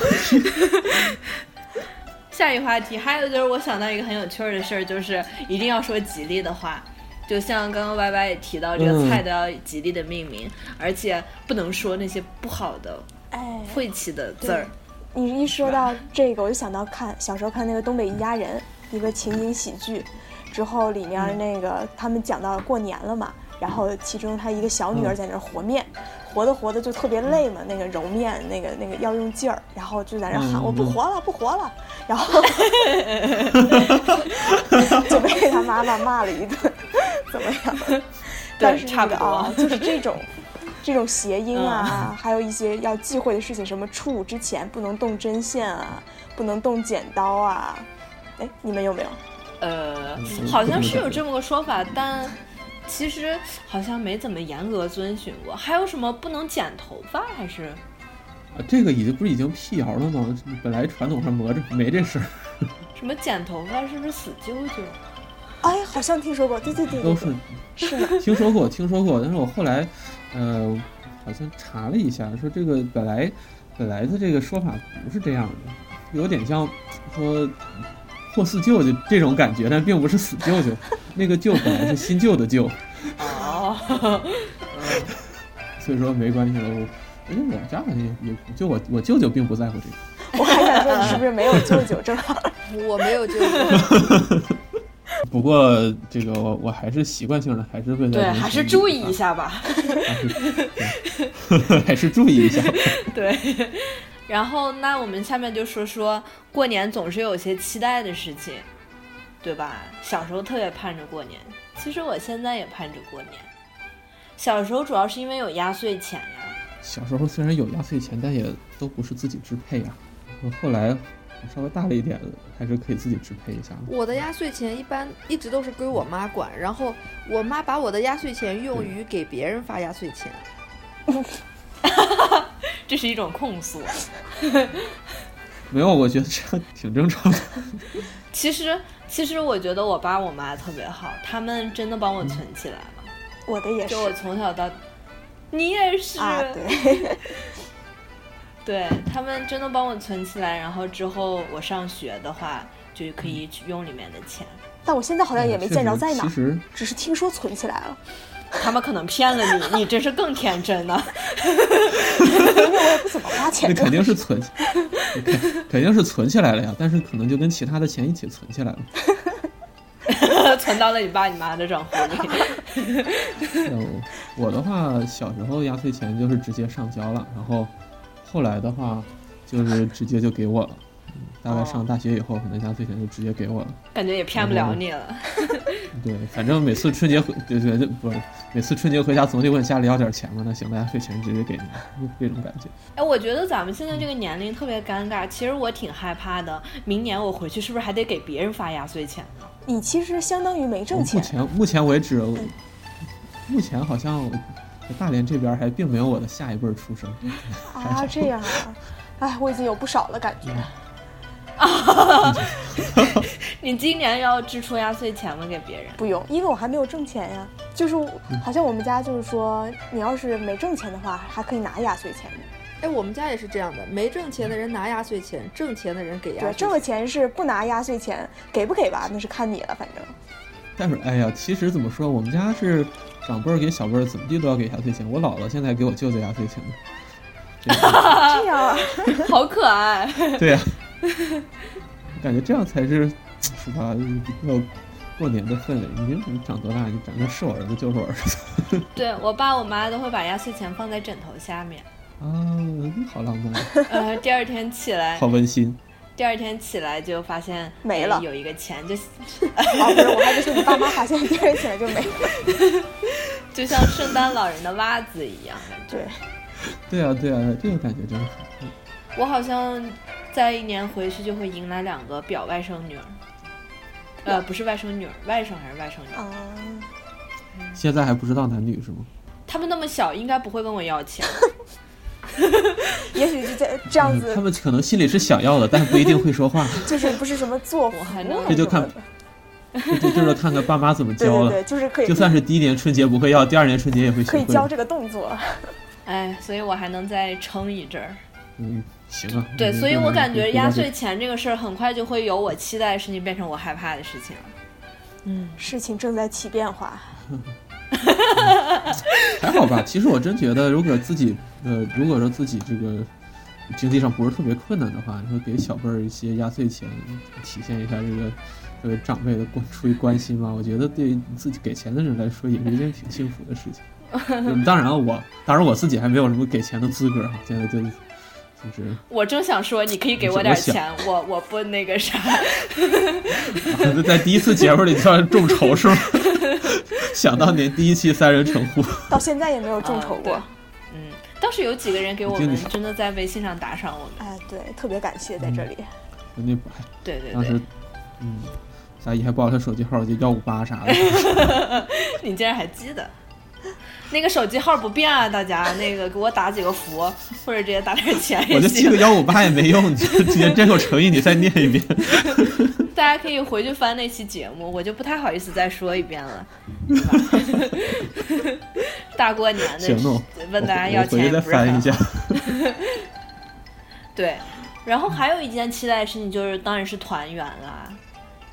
Speaker 4: 下一个话题，还有就是我想到一个很有趣儿的事儿，就是一定要说吉利的话。就像刚刚 Y Y 也提到，这个
Speaker 2: 嗯
Speaker 4: 菜都要吉利的命名，而且不能说那些不好的、
Speaker 1: 哎，
Speaker 4: 晦气的字儿。
Speaker 1: 你一说到这个，我就想到看小时候看那个《东北一家人》，一个情景喜剧，之后里面
Speaker 2: 嗯
Speaker 1: 那个、他们讲到过年了嘛，然后其中他一个小女
Speaker 2: 嗯
Speaker 1: 儿在那儿和面，和的和的就特别累嘛，那个揉面那个那个要用劲儿，然后就在那儿喊、
Speaker 2: 嗯
Speaker 1: 我不活了不活了， *laughs* 然后 *laughs* 就被他妈妈骂了一顿，怎么样？但是
Speaker 4: 差不
Speaker 1: 这个
Speaker 4: 多嗯
Speaker 1: 啊，就是这
Speaker 4: *laughs*
Speaker 1: 种。这种谐音啊，还有一些要忌讳的事情，什么触之前不能动针线啊，不能动剪刀啊。哎，你们有没有？
Speaker 4: 呃
Speaker 2: 嗯，
Speaker 4: 好像是有这么个说法，但其实好像没怎么严格遵循过。还有什么不能剪头发，还是
Speaker 2: 啊，这个已经不是已经辟谣了吗？本来传统上磨着没这事儿，
Speaker 4: 什么剪头发是不是死舅舅？
Speaker 1: 哎，好像听说过，对对对，
Speaker 2: 都
Speaker 1: 对
Speaker 2: 是
Speaker 1: 是吗？
Speaker 2: *laughs* 听说过，听说过。但是我后来，呃，好像查了一下，说这个本来本来的这个说法不是这样的，有点像说或四舅舅这种感觉，但并不是死舅舅，那个舅本来是新舅的舅，
Speaker 4: 哦，
Speaker 2: 所以说没关系了。我而且我家好像也也就我我舅舅并不在乎这
Speaker 1: 我
Speaker 2: 个。
Speaker 1: 还想说你是不是没有舅舅，正
Speaker 4: *laughs*
Speaker 1: 好。
Speaker 3: 我没有就是
Speaker 2: 不过这个我我还是习惯性的还是会在
Speaker 4: 对，
Speaker 2: 人
Speaker 4: 还
Speaker 2: 群
Speaker 4: 是
Speaker 2: 里
Speaker 4: 注意
Speaker 2: 啊
Speaker 4: 一下吧。
Speaker 2: 还是对 *laughs* 还是注意一下。
Speaker 4: *laughs* 对。然后，那我们下面就说说过年总是有些期待的事情，对吧？小时候特别盼着过年，其实我现在也盼着过年。小时候主要是因为有压岁钱呀，
Speaker 2: 小时候虽然有压岁钱，但也都不是自己支配呀、后来稍微大了一点了，还是可以自己支配一下的。
Speaker 3: *laughs* 我的压岁钱一般一直都是归我妈管，然后我妈把我的压岁钱用于给别人发压岁钱。
Speaker 4: 啊这是一种控诉。
Speaker 2: 没有，我觉得这样挺正常的。
Speaker 4: 其实，其实我觉得我爸我妈特别好，他们真的帮我存起来了。
Speaker 1: 我的也是
Speaker 4: 就我从小到，嗯你也是，
Speaker 1: 啊，对，
Speaker 4: 对他们真的帮我存起来，然后之后我上学的话就可以去用里面的钱。
Speaker 1: 但我现在好像也没见着在哪
Speaker 2: 其，哎实
Speaker 1: 只是听说存起来了，
Speaker 4: 他们可能骗了你，你 *laughs* 这是更天真了。
Speaker 1: 因为我也不怎么花
Speaker 2: 那
Speaker 1: 钱。
Speaker 2: 肯定是
Speaker 1: *laughs*
Speaker 2: 存，肯肯定是存起来了呀。但是可能就跟其他的钱一起存起来了。
Speaker 4: *laughs* 存到了你爸你 *laughs* 妈的账户里。
Speaker 2: 嗯，我的话，小时候压岁钱就是直接上交了，然后后来的话就是直接就给我了。嗯大概
Speaker 1: 哦
Speaker 2: 上大学以后，可能压岁钱就直接给我了。
Speaker 4: 感觉也骗不了你了。
Speaker 2: 对，反正每次春节回，对对对，不是每次春节回家总得问家里要点钱嘛。那行，那压岁钱直接给你，这种感觉。
Speaker 4: 哎，我觉得咱们现在这个年龄特别尴尬，其实我挺害怕的。明年我回去是不是还得给别人发压岁钱 *laughs* 呢？
Speaker 1: 你其实相当于没
Speaker 2: 我
Speaker 1: 挣
Speaker 2: 目
Speaker 1: 钱，
Speaker 2: 前目前为止，我目前好像我大连这边还并没有我的下一辈儿出生。
Speaker 1: 啊，这样啊，哎，我已经有不少了，
Speaker 2: 嗯
Speaker 1: 感觉
Speaker 4: 你今年要支出压岁钱吗？给别人？ *laughs*
Speaker 1: 不用，因为我还没有挣钱呀。就是我
Speaker 2: 嗯
Speaker 1: 好像我们家就是说，你要是没挣钱的话，还可以拿压岁钱的。
Speaker 3: 哎，我们家也是这样的，没挣钱的人拿压岁钱，挣钱的人给压
Speaker 1: 对，
Speaker 3: 岁
Speaker 4: *laughs*
Speaker 1: 挣了钱是不拿压岁钱，给不给吧，那是看你了，反正。
Speaker 2: 但是哎呀，其实怎么说，我们家是长辈儿给小辈儿怎么地都要给压岁钱。我姥姥现在给我舅舅压岁
Speaker 1: *laughs*
Speaker 2: 钱呢。这个
Speaker 1: 这样啊， *laughs*
Speaker 4: 好可爱。 *laughs*
Speaker 2: 对呀、感觉这样才是是吧？要过年的氛围。你你长多大，你长得是我儿子就是我儿子
Speaker 4: 对我爸我妈都会把压岁钱放在枕头下面， *laughs*
Speaker 2: 啊，好浪
Speaker 1: *laughs*
Speaker 2: 漫，
Speaker 4: 呃，第二天起来
Speaker 2: 好，温馨。
Speaker 4: 第二天起来就发现
Speaker 1: 没
Speaker 4: 哎
Speaker 1: 了
Speaker 4: 有一个钱就
Speaker 1: 啊，不是，我还是说你爸妈发现第二天起来就没了。
Speaker 4: 就像圣诞老人的袜子一样。
Speaker 1: 对，
Speaker 2: 对啊对啊，这个感觉真好。
Speaker 4: 我好像在一年回去就会迎来两个表外甥女儿，呃，不是外甥女儿，外甥还是外甥女儿。
Speaker 1: 啊，
Speaker 2: 现在还不知道男女是吗？
Speaker 4: 他们那么小，应该不会问我
Speaker 2: *laughs*
Speaker 4: 要钱。
Speaker 1: 也许就在这样
Speaker 2: 嗯
Speaker 1: 子
Speaker 2: 他，们可能心里是想要的，但不一定会
Speaker 1: *laughs*
Speaker 2: 说话。
Speaker 1: 就是不是什么作福
Speaker 4: 我
Speaker 1: 啊
Speaker 4: 还
Speaker 1: 什
Speaker 4: 能
Speaker 1: 么的，
Speaker 2: 这就看这这就是看看爸妈怎么
Speaker 1: 对
Speaker 2: 教
Speaker 1: 对
Speaker 2: 了。
Speaker 1: 对，就是可以
Speaker 2: 就算是第一年春节不会要，第二年春节也会学
Speaker 1: 可
Speaker 2: 会
Speaker 1: 以
Speaker 2: 的。
Speaker 1: 教这个动作。
Speaker 4: 哎，所以我还能再撑一阵儿。
Speaker 2: 嗯，行啊。
Speaker 4: 对，
Speaker 2: 嗯
Speaker 4: 所以
Speaker 2: 那
Speaker 4: 我
Speaker 2: 你
Speaker 4: 感
Speaker 2: 回
Speaker 4: 觉
Speaker 2: 家
Speaker 4: 压
Speaker 2: 就
Speaker 4: 岁钱这个事儿，很快就会由我期待的事情变成我害怕的事情了。嗯，
Speaker 1: 事情正在起变化，
Speaker 2: 还好吧。其实我真觉得，如果自己呃，如果说自己这个经济上不是特别困难的话，你说给小辈儿一些压岁钱，体现一下这个这个长辈的关出于关心嘛，我觉得对自己给钱的人来说也是一件挺幸福的事情。嗯当然啊我当然我自己还没有什么给钱的资格啊，现在就就是
Speaker 4: 我正想说，你可以给我点钱，我我不那个啥。
Speaker 2: 啊在第一次节目里突然众筹是吗？想当年第一期三人成虎，
Speaker 1: 到现在也没有众筹过。
Speaker 4: 啊嗯，倒是有几个人给我
Speaker 2: 经
Speaker 4: 们
Speaker 2: 理
Speaker 4: 真的在微信上打赏我们。
Speaker 1: 哎，对，特别感谢在这里。
Speaker 2: 那把
Speaker 4: 对对
Speaker 2: 当时
Speaker 4: 对，
Speaker 2: 嗯，小姨还报他手机号，就幺五八啥的。
Speaker 4: *laughs* 你竟然还记得。那个手机号不变啊，大家那个给我打几个福，或者直接打点钱
Speaker 2: *laughs* 我
Speaker 4: 也
Speaker 2: 就记
Speaker 4: 行
Speaker 2: 个。幺五八也没用，你就直接真有诚意，你再念一遍。
Speaker 4: 大家可以回去翻那期节目，我就不太好意思再说一遍了。是吧 *laughs* 大过年
Speaker 2: *laughs* 行那
Speaker 4: 的
Speaker 2: 我，
Speaker 4: 问大家
Speaker 2: 我
Speaker 4: 要
Speaker 2: 回去
Speaker 4: 钱
Speaker 2: 再
Speaker 4: 也不是很
Speaker 2: 翻
Speaker 4: 好
Speaker 2: 一下。 *laughs*
Speaker 4: 对，然后还有一件期待的事情就是，当然是团圆啦，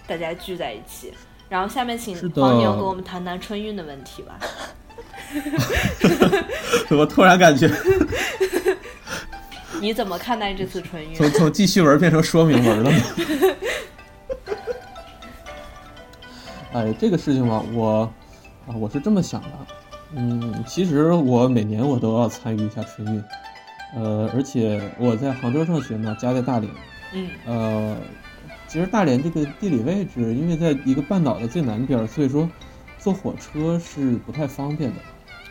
Speaker 4: 大家聚在一起。然后下面请
Speaker 2: 是的
Speaker 4: 黄牛给我们谈谈春运的问题吧。
Speaker 2: 我突然感觉
Speaker 4: 你怎么看待这次春运？
Speaker 2: 从从记叙文变成说明文了。 *laughs* 哎，这个事情嘛，我啊，我是这么想的。嗯，其实我每年我都要参与一下春运，呃，而且我在杭州上学嘛，家在大连，
Speaker 4: 嗯，
Speaker 2: 呃，其实大连这个地理位置，因为在一个半岛的最南边儿，所以说坐火车是不太方便的。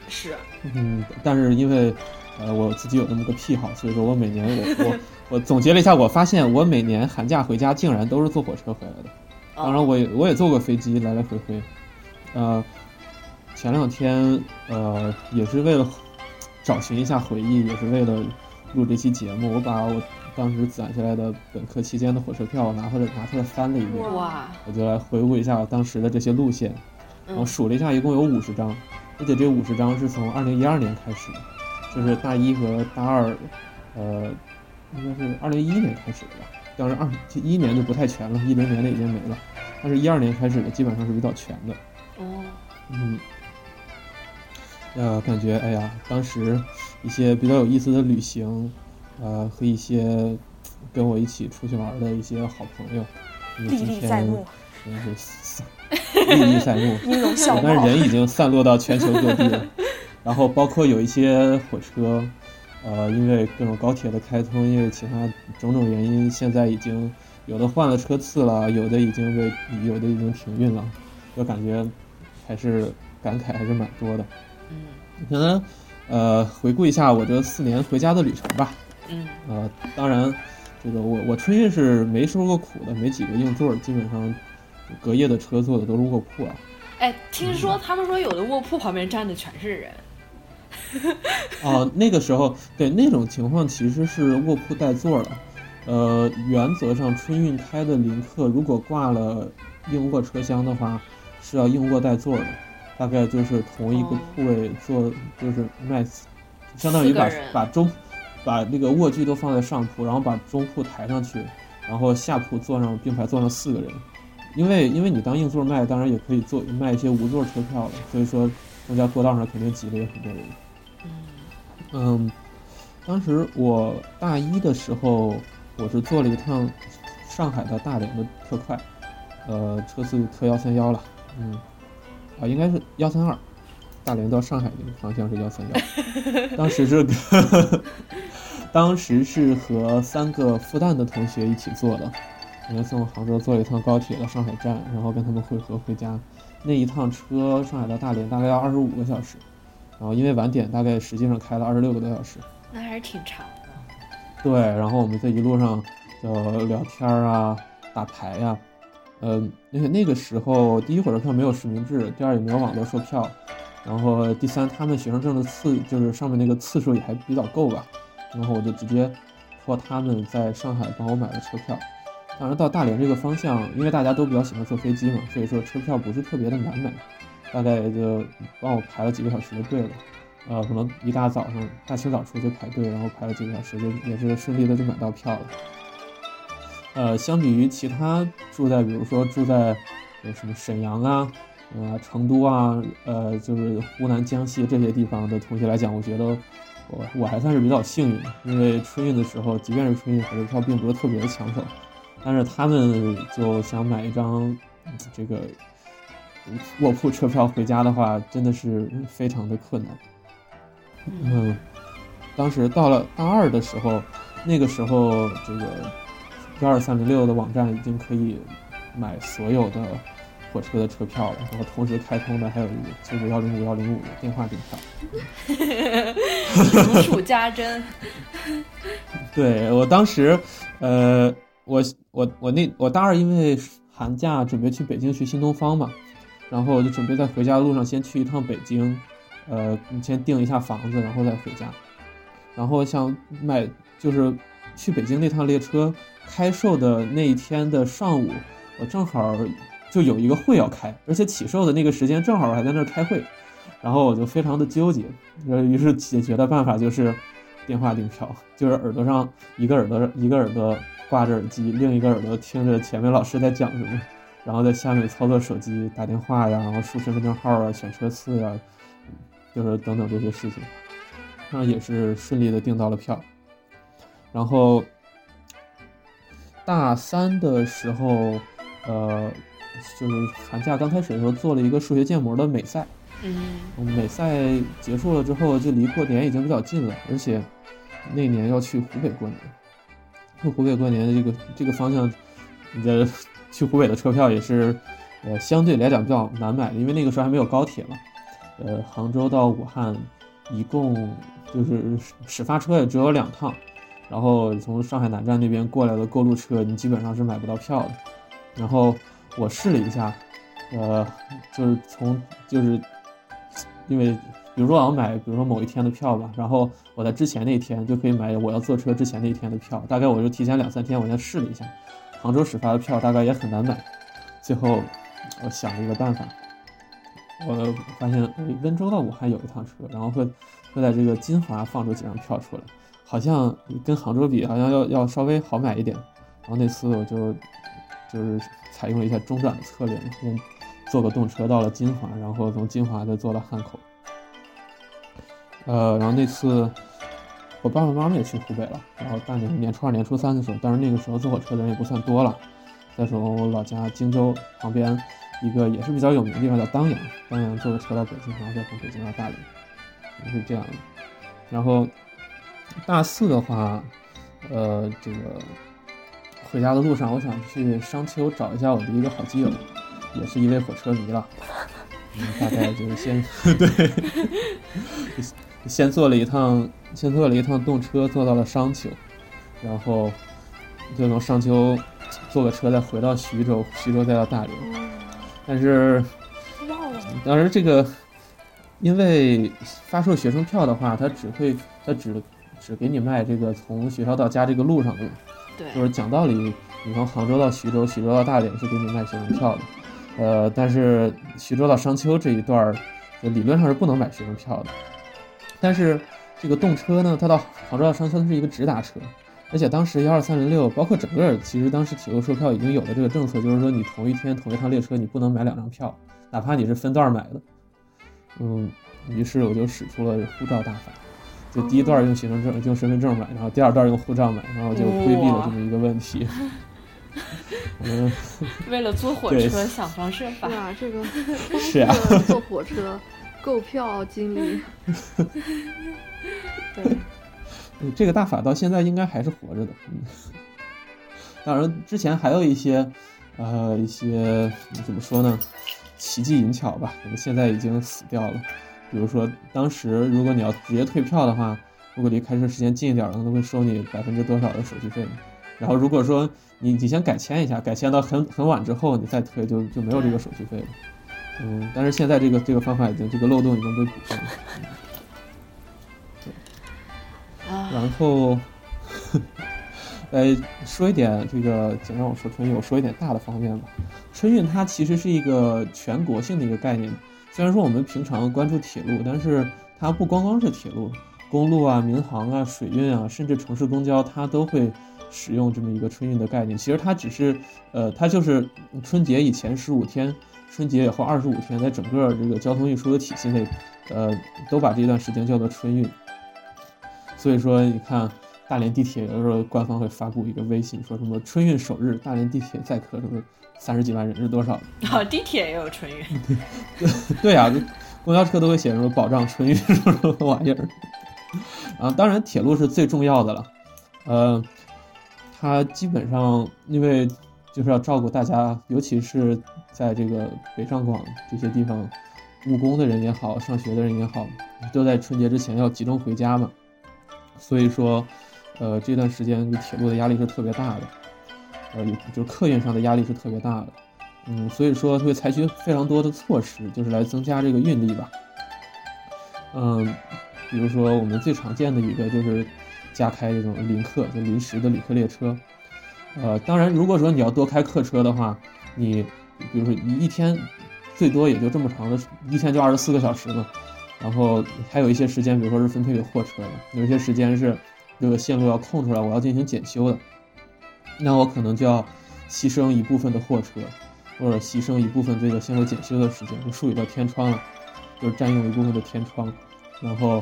Speaker 4: 是
Speaker 2: 嗯，但是因为呃我自己有那么个癖好，所以说我每年我我我
Speaker 4: *laughs*
Speaker 2: 总结了一下，我发现我每年寒假回家竟然都是坐火车回来的。
Speaker 4: 哦
Speaker 2: 当然，我也我也坐过飞机来来回回。呃，前两天呃也是为了找寻一下回忆，也是为了录这期节目，我把我当时攒下来的本科期间的火车票，我拿回来拿出来翻了一遍，
Speaker 4: 哇，
Speaker 2: 我就来回顾一下当时的这些路线，然后
Speaker 4: 嗯
Speaker 2: 数了一下，一共有五十张，而且这五十张是从二零一二年开始的，就是大一和大二，呃，应该是二零一一年开始的吧。当然二一一年就不太全了，一零年的已经没了，但是一二年开始的基本上是比较全的。
Speaker 4: 哦，
Speaker 2: 嗯，呃，感觉哎呀，当时一些比较有意思的旅行，呃，和一些跟我一起出去玩的一些好朋友，因为
Speaker 1: 历
Speaker 2: 今
Speaker 1: 历
Speaker 2: 天
Speaker 1: 在目，
Speaker 2: 真是散历历在目。
Speaker 1: 音 *laughs* 容笑
Speaker 2: 对但
Speaker 1: 貌
Speaker 2: 是。人已经散落到全球各地了，然后包括有一些火车，呃，因为各种高铁的开通，因为其他种种原因，现在已经有的换了车次了，有的已经被有的已经停运了，就感觉还是感慨还是蛮多的。
Speaker 4: 嗯
Speaker 2: 可能呃，回顾一下我这四年回家的旅程吧。
Speaker 4: 嗯
Speaker 2: 呃，当然，这个我我春运是没受过苦的，没几个硬座儿，基本上隔夜的车坐的都是卧铺啊。
Speaker 4: 哎，听说他们说有的卧铺旁边站的全是人，
Speaker 2: 哦，那个时候对那种情况其实是卧铺带座的，呃，原则上春运开的临客如果挂了硬卧车厢的话，是要硬卧带座的，大概就是同一个
Speaker 4: 哦
Speaker 2: 铺位坐，就是卖，相当于
Speaker 4: 四个
Speaker 2: 把
Speaker 4: 人
Speaker 2: 把中把那个卧具都放在上铺，然后把中铺抬上去，然后下铺坐上并排坐上四个人，因为因为你当硬座卖，当然也可以做卖一些无座车票了，所以说公交过道上肯定挤了有很多人。嗯，当时我大一的时候，我是坐了一趟上海到大连的特快，呃，车次特幺三幺了，嗯，啊，应该是幺三二，大连到上海那个方向是幺三幺，当时是跟， *laughs* 当时是和三个复旦的同学一起坐的，人家从杭州坐了一趟高铁到上海站，然后跟他们会合回家，那一趟车上海到大连大概要二十五个小时。然后因为晚点大概实际上开了二十六个多小时，
Speaker 4: 那还是挺长的。
Speaker 2: 对，然后我们在一路上就聊天儿啊、打牌呀、呃，那个那个时候第一火车票没有实名制，第二也没有网络售票，然后第三他们学生证的次就是上面那个次数也还比较够吧，然后我就直接托他们在上海帮我买了车票。当然到大连这个方向，因为大家都比较喜欢坐飞机嘛，所以说车票不是特别的难买，大概也就帮我排了几个小时的队了。呃，可能一大早上大清早出去排队，然后排了几个小时，就也是顺利的就买到票了。呃，相比于其他住在，比如说住在有什么沈阳啊、呃成都啊、呃就是湖南、江西这些地方的同学来讲，我觉得我我还算是比较幸运的，因为春运的时候，即便是春运，火车票并不是特别的抢手，但是他们就想买一张嗯这个嗯卧铺车票回家的话，真的是非常的困难。嗯，当时到了大二的时候，那个时候这个幺二三零六的网站已经可以买所有的火车的车票了，然后同时开通的还有一个就是幺零五幺零五的电话订票。
Speaker 4: 如数家珍，
Speaker 2: *laughs* 对我当时，呃，我我我那我大二因为寒假准备去北京学新东方嘛，然后我就准备在回家的路上先去一趟北京，呃，先订一下房子，然后再回家。然后想买就是去北京那趟列车开售的那一天的上午，我正好就有一个会要开，而且起售的那个时间正好我还在那儿开会，然后我就非常的纠结，呃于是解决的办法就是电话订票，就是耳朵上一个耳朵一个耳朵挂着耳机，另一个耳朵听着前面老师在讲什么，然后在下面操作手机打电话呀，然后输身份证号啊，选车次呀，就是等等这些事情。那也是顺利的订到了票。然后大三的时候，呃，就是寒假刚开始的时候做了一个数学建模的美赛。
Speaker 4: *laughs* 嗯
Speaker 2: 嗯美赛结束了之后，就离过年已经比较近了，而且那年要去湖北过年。去湖北过年的这个这个方向，你的去湖北的车票也是，呃，相对来讲比较难买的，因为那个时候还没有高铁嘛。呃，杭州到武汉一共就是始发车也只有两趟，然后从上海南站那边过来的购路车，你基本上是买不到票的。然后我试了一下，呃，就是从就是因为比如说我要买，比如说某一天的票吧，然后我在之前那一天就可以买我要坐车之前那一天的票，大概我就提前两三天我先试了一下，杭州始发的票大概也很难买，最后我想了一个办法，我发现哎温州到武汉有一趟车，然后会会在这个金华放出几张票出来，好像跟杭州比好像要要稍微好买一点，然后那次我就就是采用了一下中转的策略嘛，先坐个动车到了金华，然后从金华再坐到汉口。呃，然后那次我爸爸妈妈也去湖北了，然后大年年初二、年初三的时候，但是那个时候坐火车的人也不算多了。再说我老家荆州旁边一个也是比较有名的地方叫当阳，当阳坐个车到北京，然后再从北京到大连，是这样的。然后大四的话，呃，这个回家的路上，我想去商丘找一下我的一个好基友，也是一位火车迷了。嗯大概就是先对， *laughs* 先坐了一趟，先坐了一趟动车，坐到了商丘，然后就从商丘坐个车再回到徐州，徐州再到大连。但是
Speaker 1: 忘了，
Speaker 2: 当时这个，因为发售学生票的话，它只会它只只给你卖这个从学校到家这个路上的，就
Speaker 4: 对，
Speaker 2: 是讲道理，你从杭州到徐州，徐州到大连是给你卖学生票的，呃，但是徐州到商丘这一段儿，呃理论上是不能买学生票的。但是这个动车呢，它到杭州到商丘它是一个直达车，而且当时幺二三零六，包括整个其实当时铁路售票已经有了这个政策，就是说你同一天同一趟列车你不能买两张票，哪怕你是分段买的。嗯，于是我就使出了护照大法。就第一段用学生证、用身份证买，然后第二段用护照买，然后就规避了这么一个问题。嗯，
Speaker 4: 为了坐火
Speaker 2: 对
Speaker 4: 车想方设法
Speaker 5: 是。啊，
Speaker 4: *laughs*
Speaker 5: 这个丰
Speaker 2: 是
Speaker 5: 富
Speaker 2: 啊
Speaker 5: 的坐火车、购票经历，
Speaker 4: 对，
Speaker 2: 嗯，这个大法到现在应该还是活着的。嗯，当然之前还有一些，呃，一些嗯怎么说呢，奇技淫巧吧，可能现在已经死掉了。比如说，当时如果你要直接退票的话，如果离开车时间近一点儿，可能会收你百分之多少的手续费。然后如果说你你先改签一下，改签到很很晚之后你再退就，就没有这个手续费了。嗯，但是现在这个这个方法已经这个漏洞已经被补上了。
Speaker 4: 啊，
Speaker 2: 然后， *laughs* 呃，说一点这个，请让我说春运，我说一点大的方面吧。春运它其实是一个全国性的一个概念，虽然说我们平常关注铁路，但是它不光光是铁路，公路啊、民航啊、水运啊，甚至城市公交，它都会使用这么一个春运的概念。其实它只是，呃，它就是春节以前十五天，春节以后二十五天，在整个这个交通运输的体系内，呃，都把这段时间叫做春运。所以说，你看大连地铁有时候官方会发布一个微信，说什么春运首日大连地铁载客什么三十几万人是多少？
Speaker 4: 啊地铁也有春运，
Speaker 2: 对啊，公交车都会写什么保障春运 *laughs* 什么什么玩意儿。啊，当然铁路是最重要的了，呃，它基本上因为就是要照顾大家，尤其是在这个北上广这些地方，务工的人也好，上学的人也好，都在春节之前要集中回家嘛，所以说，呃，这段时间铁路的压力是特别大的，呃，有就是客运上的压力是特别大的。嗯，所以说会采取非常多的措施，就是来增加这个运力吧。嗯，比如说我们最常见的一个就是加开这种临客，就临时的旅客列车。呃，当然，如果说你要多开客车的话，你比如说你一天最多也就这么长的，一天就二十四个小时嘛。然后还有一些时间，比如说是分配给货车的，有一些时间是这个线路要空出来，我要进行检修的，那我可能就要牺牲一部分的货车，或者牺牲一部分这个线路检修的时间，就术语叫天窗了，就是占用一部分的天窗，然后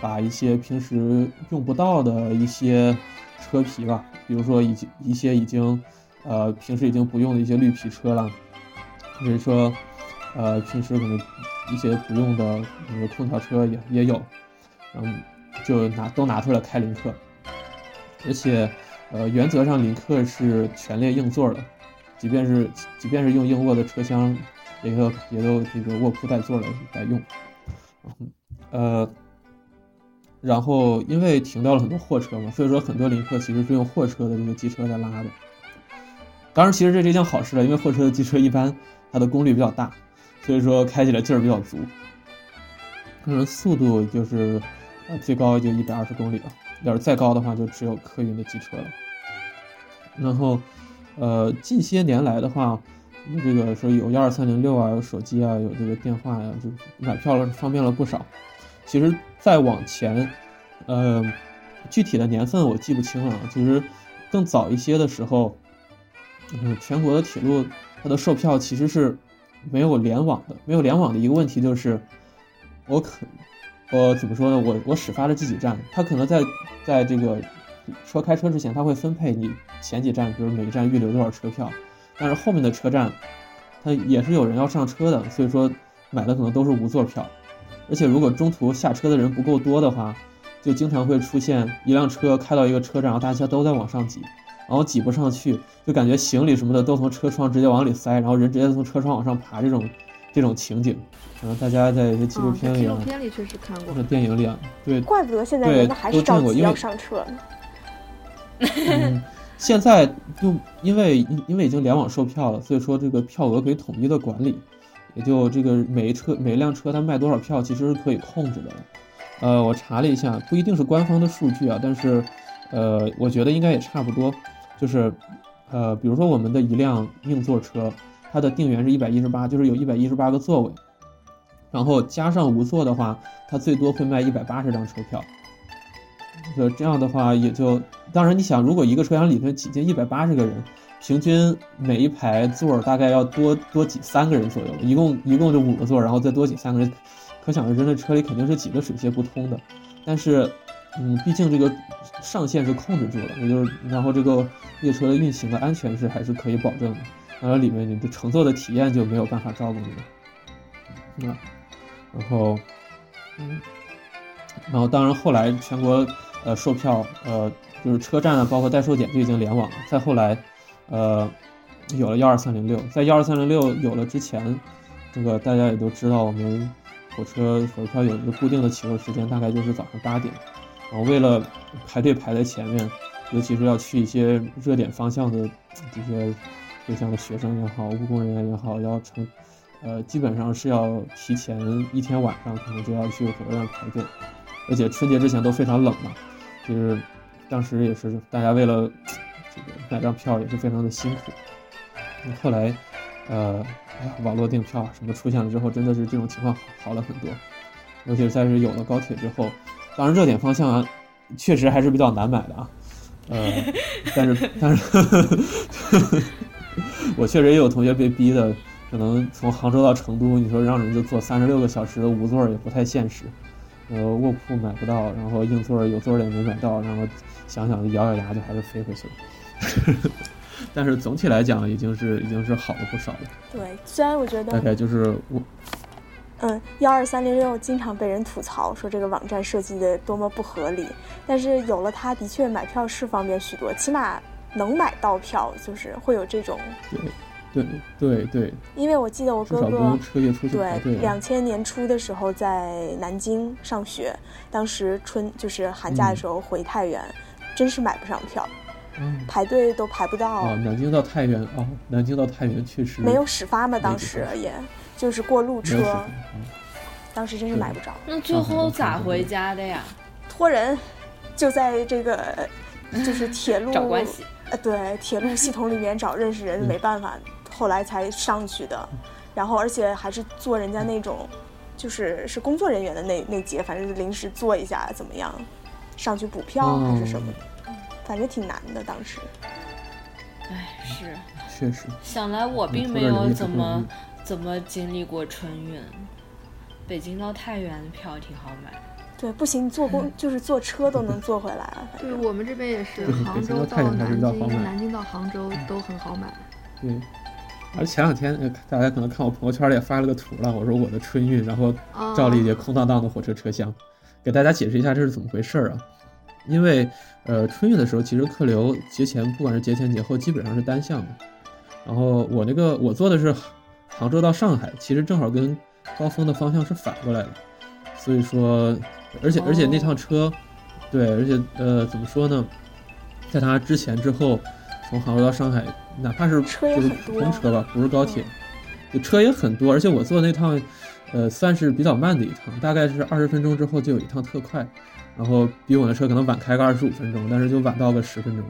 Speaker 2: 把一些平时用不到的一些车皮吧，比如说已经一些已经呃平时已经不用的一些绿皮车啦，或者说呃平时可能一些不用的那个空调车也也有，然后就拿都拿出来开临客，而且呃原则上临客是全列硬座的。即便是即便是用硬卧的车厢，也都也都这个卧铺带座来来用，呃，然后因为停掉了很多货车嘛，所以说很多临客其实是用货车的这个机车在拉的。当然，其实这是一件好事了，因为货车的机车一般它的功率比较大，所以说开起来劲儿比较足。但是速度就是，呃，最高也就一百二十公里了，要是再高的话，就只有客运的机车了。然后，呃，近些年来的话，那这个说有幺二三零六啊，有手机啊，有这个电话呀、就买票了方便了不少。其实再往前，呃，具体的年份我记不清了，其实更早一些的时候，嗯，全国的铁路它的售票其实是没有联网的，没有联网的一个问题就是，我可我呃怎么说呢？我我始发的这几站，它可能在在这个车开车之前，它会分配你前几站，比如每个站预留多少车票，但是后面的车站，它也是有人要上车的，所以说买的可能都是无座票，而且如果中途下车的人不够多的话，就经常会出现一辆车开到一个车站，然后大家都在往上挤，然后挤不上去，就感觉行李什么的都从车窗直接往里塞，然后人直接从车窗往上爬这种这种情景，然后大家在一些 *laughs* 纪录
Speaker 3: 哦
Speaker 5: 啊，在
Speaker 2: 片
Speaker 5: 纪
Speaker 2: 里
Speaker 5: 录
Speaker 2: 啊，
Speaker 5: 片里确实看
Speaker 2: 或
Speaker 5: 过
Speaker 2: 者。电影里啊，对，
Speaker 1: 怪不得现在
Speaker 2: 对
Speaker 1: 人们还是
Speaker 2: 都见
Speaker 1: 着
Speaker 2: 过
Speaker 1: 急
Speaker 2: 因为
Speaker 1: 要上车呢。
Speaker 2: 嗯，现在就因为因为已经联网售票了，所以说这个票额可以统一的管理，也就这个每一车每一辆车它卖多少票其实是可以控制的了。呃，我查了一下，不一定是官方的数据啊，但是呃，我觉得应该也差不多，就是呃，比如说我们的一辆硬座车，它的定员是一百一十八，就是有一百一十八个座位，然后加上无座的话，它最多会卖一百八十张车票。就这样的话，也就当然你想，如果一个车厢里面挤进一百八十个人，平均每一排座儿大概要多多挤三个人左右，一共一共就五个座儿，然后再多挤三个人，可想而知，那车里肯定是挤得水泄不通的。但是，嗯，毕竟这个上限是控制住了，也就是然后这个列车的运行的安全是还是可以保证的，然后里面你的乘坐的体验就没有办法照顾你了。那、然后，嗯，然后当然后来全国呃售票呃就是车站啊，包括代售点就已经联网了。再后来，呃，有了幺二三零六，在幺二三零六有了之前，这个大家也都知道，我们火车火车票有一个固定的起落时间，大概就是早上八点。然后为了排队排在前面，尤其是要去一些热点方向的这些，就像学生也好，务工人员也好，要乘。呃，基本上是要提前一天晚上，可能就要去火车站排队。而且春节之前都非常冷嘛，就是当时也是大家为了呃这个买张票也是非常的辛苦。那后来，呃，哎呀，网络订票什么出现了之后，真的是这种情况好好了很多，尤其是在是有了高铁之后，当然热点方向、啊、确实还是比较难买的啊，呃，但是 *laughs* 但是，我确实也有同学被逼的，可能从杭州到成都，你说让人就坐三十六个小时的无座儿也不太现实。呃，卧铺买不到，然后硬座儿有座儿的也没买到，然后想想咬咬牙就还是飞回去了。 *laughs* 但是总体来讲，已经是已经是好了不少了。
Speaker 1: 对，虽然我觉
Speaker 2: 大
Speaker 1: 得，
Speaker 2: 概就是我
Speaker 1: 嗯，幺二三零六经常被人吐槽说这个网站设计的多么不合理，但是有了它，的确买票是方便许多，起码能买到票，就是会有这种。
Speaker 2: 对对对，
Speaker 1: 因为我记得我
Speaker 2: 至
Speaker 1: 哥
Speaker 2: 少不
Speaker 1: 哥
Speaker 2: 用彻夜出去排
Speaker 1: 对
Speaker 2: 队，了
Speaker 1: 两。千年初的时候在南京上学，当时春就是寒假的时候回太原，真是买不上票，
Speaker 2: 嗯
Speaker 1: 排队都排不到，
Speaker 2: 啊，南京到太原啊，南京到太原确实
Speaker 1: 没有始发嘛，
Speaker 2: 个
Speaker 1: 当时也就是过路
Speaker 2: 没有时
Speaker 1: 车，
Speaker 2: 间嗯
Speaker 1: 当时真是
Speaker 2: 对
Speaker 1: 买不着，
Speaker 4: *laughs* 那最后咋回家的
Speaker 2: 嗯
Speaker 4: 呀？
Speaker 1: 托人就在这
Speaker 2: *laughs*
Speaker 1: 个就是铁
Speaker 2: 嗯
Speaker 1: 路
Speaker 4: 找关系。
Speaker 1: 呃，对，铁路系统里面找认识人是没办法，后来才上去的。
Speaker 2: 嗯
Speaker 1: 然后，而且还是做人家那种，就是是工作人员的那那节，反正是临时做一下怎么样，上去补票
Speaker 2: 哦
Speaker 1: 还是什么的，
Speaker 4: 嗯
Speaker 1: 反正挺难的。当时
Speaker 4: 哎，是，
Speaker 2: 确实嗯
Speaker 4: 想来我并没有怎么怎么经历过春运。北京到太原的票挺好买，
Speaker 1: 对，不行，
Speaker 2: 嗯
Speaker 1: 坐公、就是坐车都能坐回来了。反
Speaker 5: 对
Speaker 1: 正
Speaker 5: 我们这边也是，
Speaker 2: 对
Speaker 5: 杭
Speaker 2: 北京
Speaker 5: 州
Speaker 2: 到太
Speaker 5: 到
Speaker 2: 原还是
Speaker 5: 南
Speaker 2: 比较好买
Speaker 5: 京，南京到杭州
Speaker 2: 嗯
Speaker 5: 都很好买。
Speaker 2: 对。而前两天，呃大家可能看我朋友圈里也发了个图了，我说我的春运，然后
Speaker 3: 哦
Speaker 5: 啊，
Speaker 2: 照了一节空荡荡的火车车厢，给大家解释一下这是怎么回事儿啊。因为呃春运的时候，其实客流节前不管是节前节后，基本上是单向的。然后我那个我坐的是杭州到上海，其实正好跟高峰的方向是反过来的，所以说，而且而且那趟车，对，而且呃怎么说呢，在它之前之后，从杭州到上海，哪怕是
Speaker 1: 车也
Speaker 2: 就是
Speaker 1: 很
Speaker 2: 普
Speaker 1: 多嗯
Speaker 2: 通车吧，不是高铁，就车也很多，而且我坐那趟呃，算是比较慢的一趟，大概是二十分钟之后就有一趟特快，然后比我的车可能晚开个二十五分钟，但是就晚到个十分钟，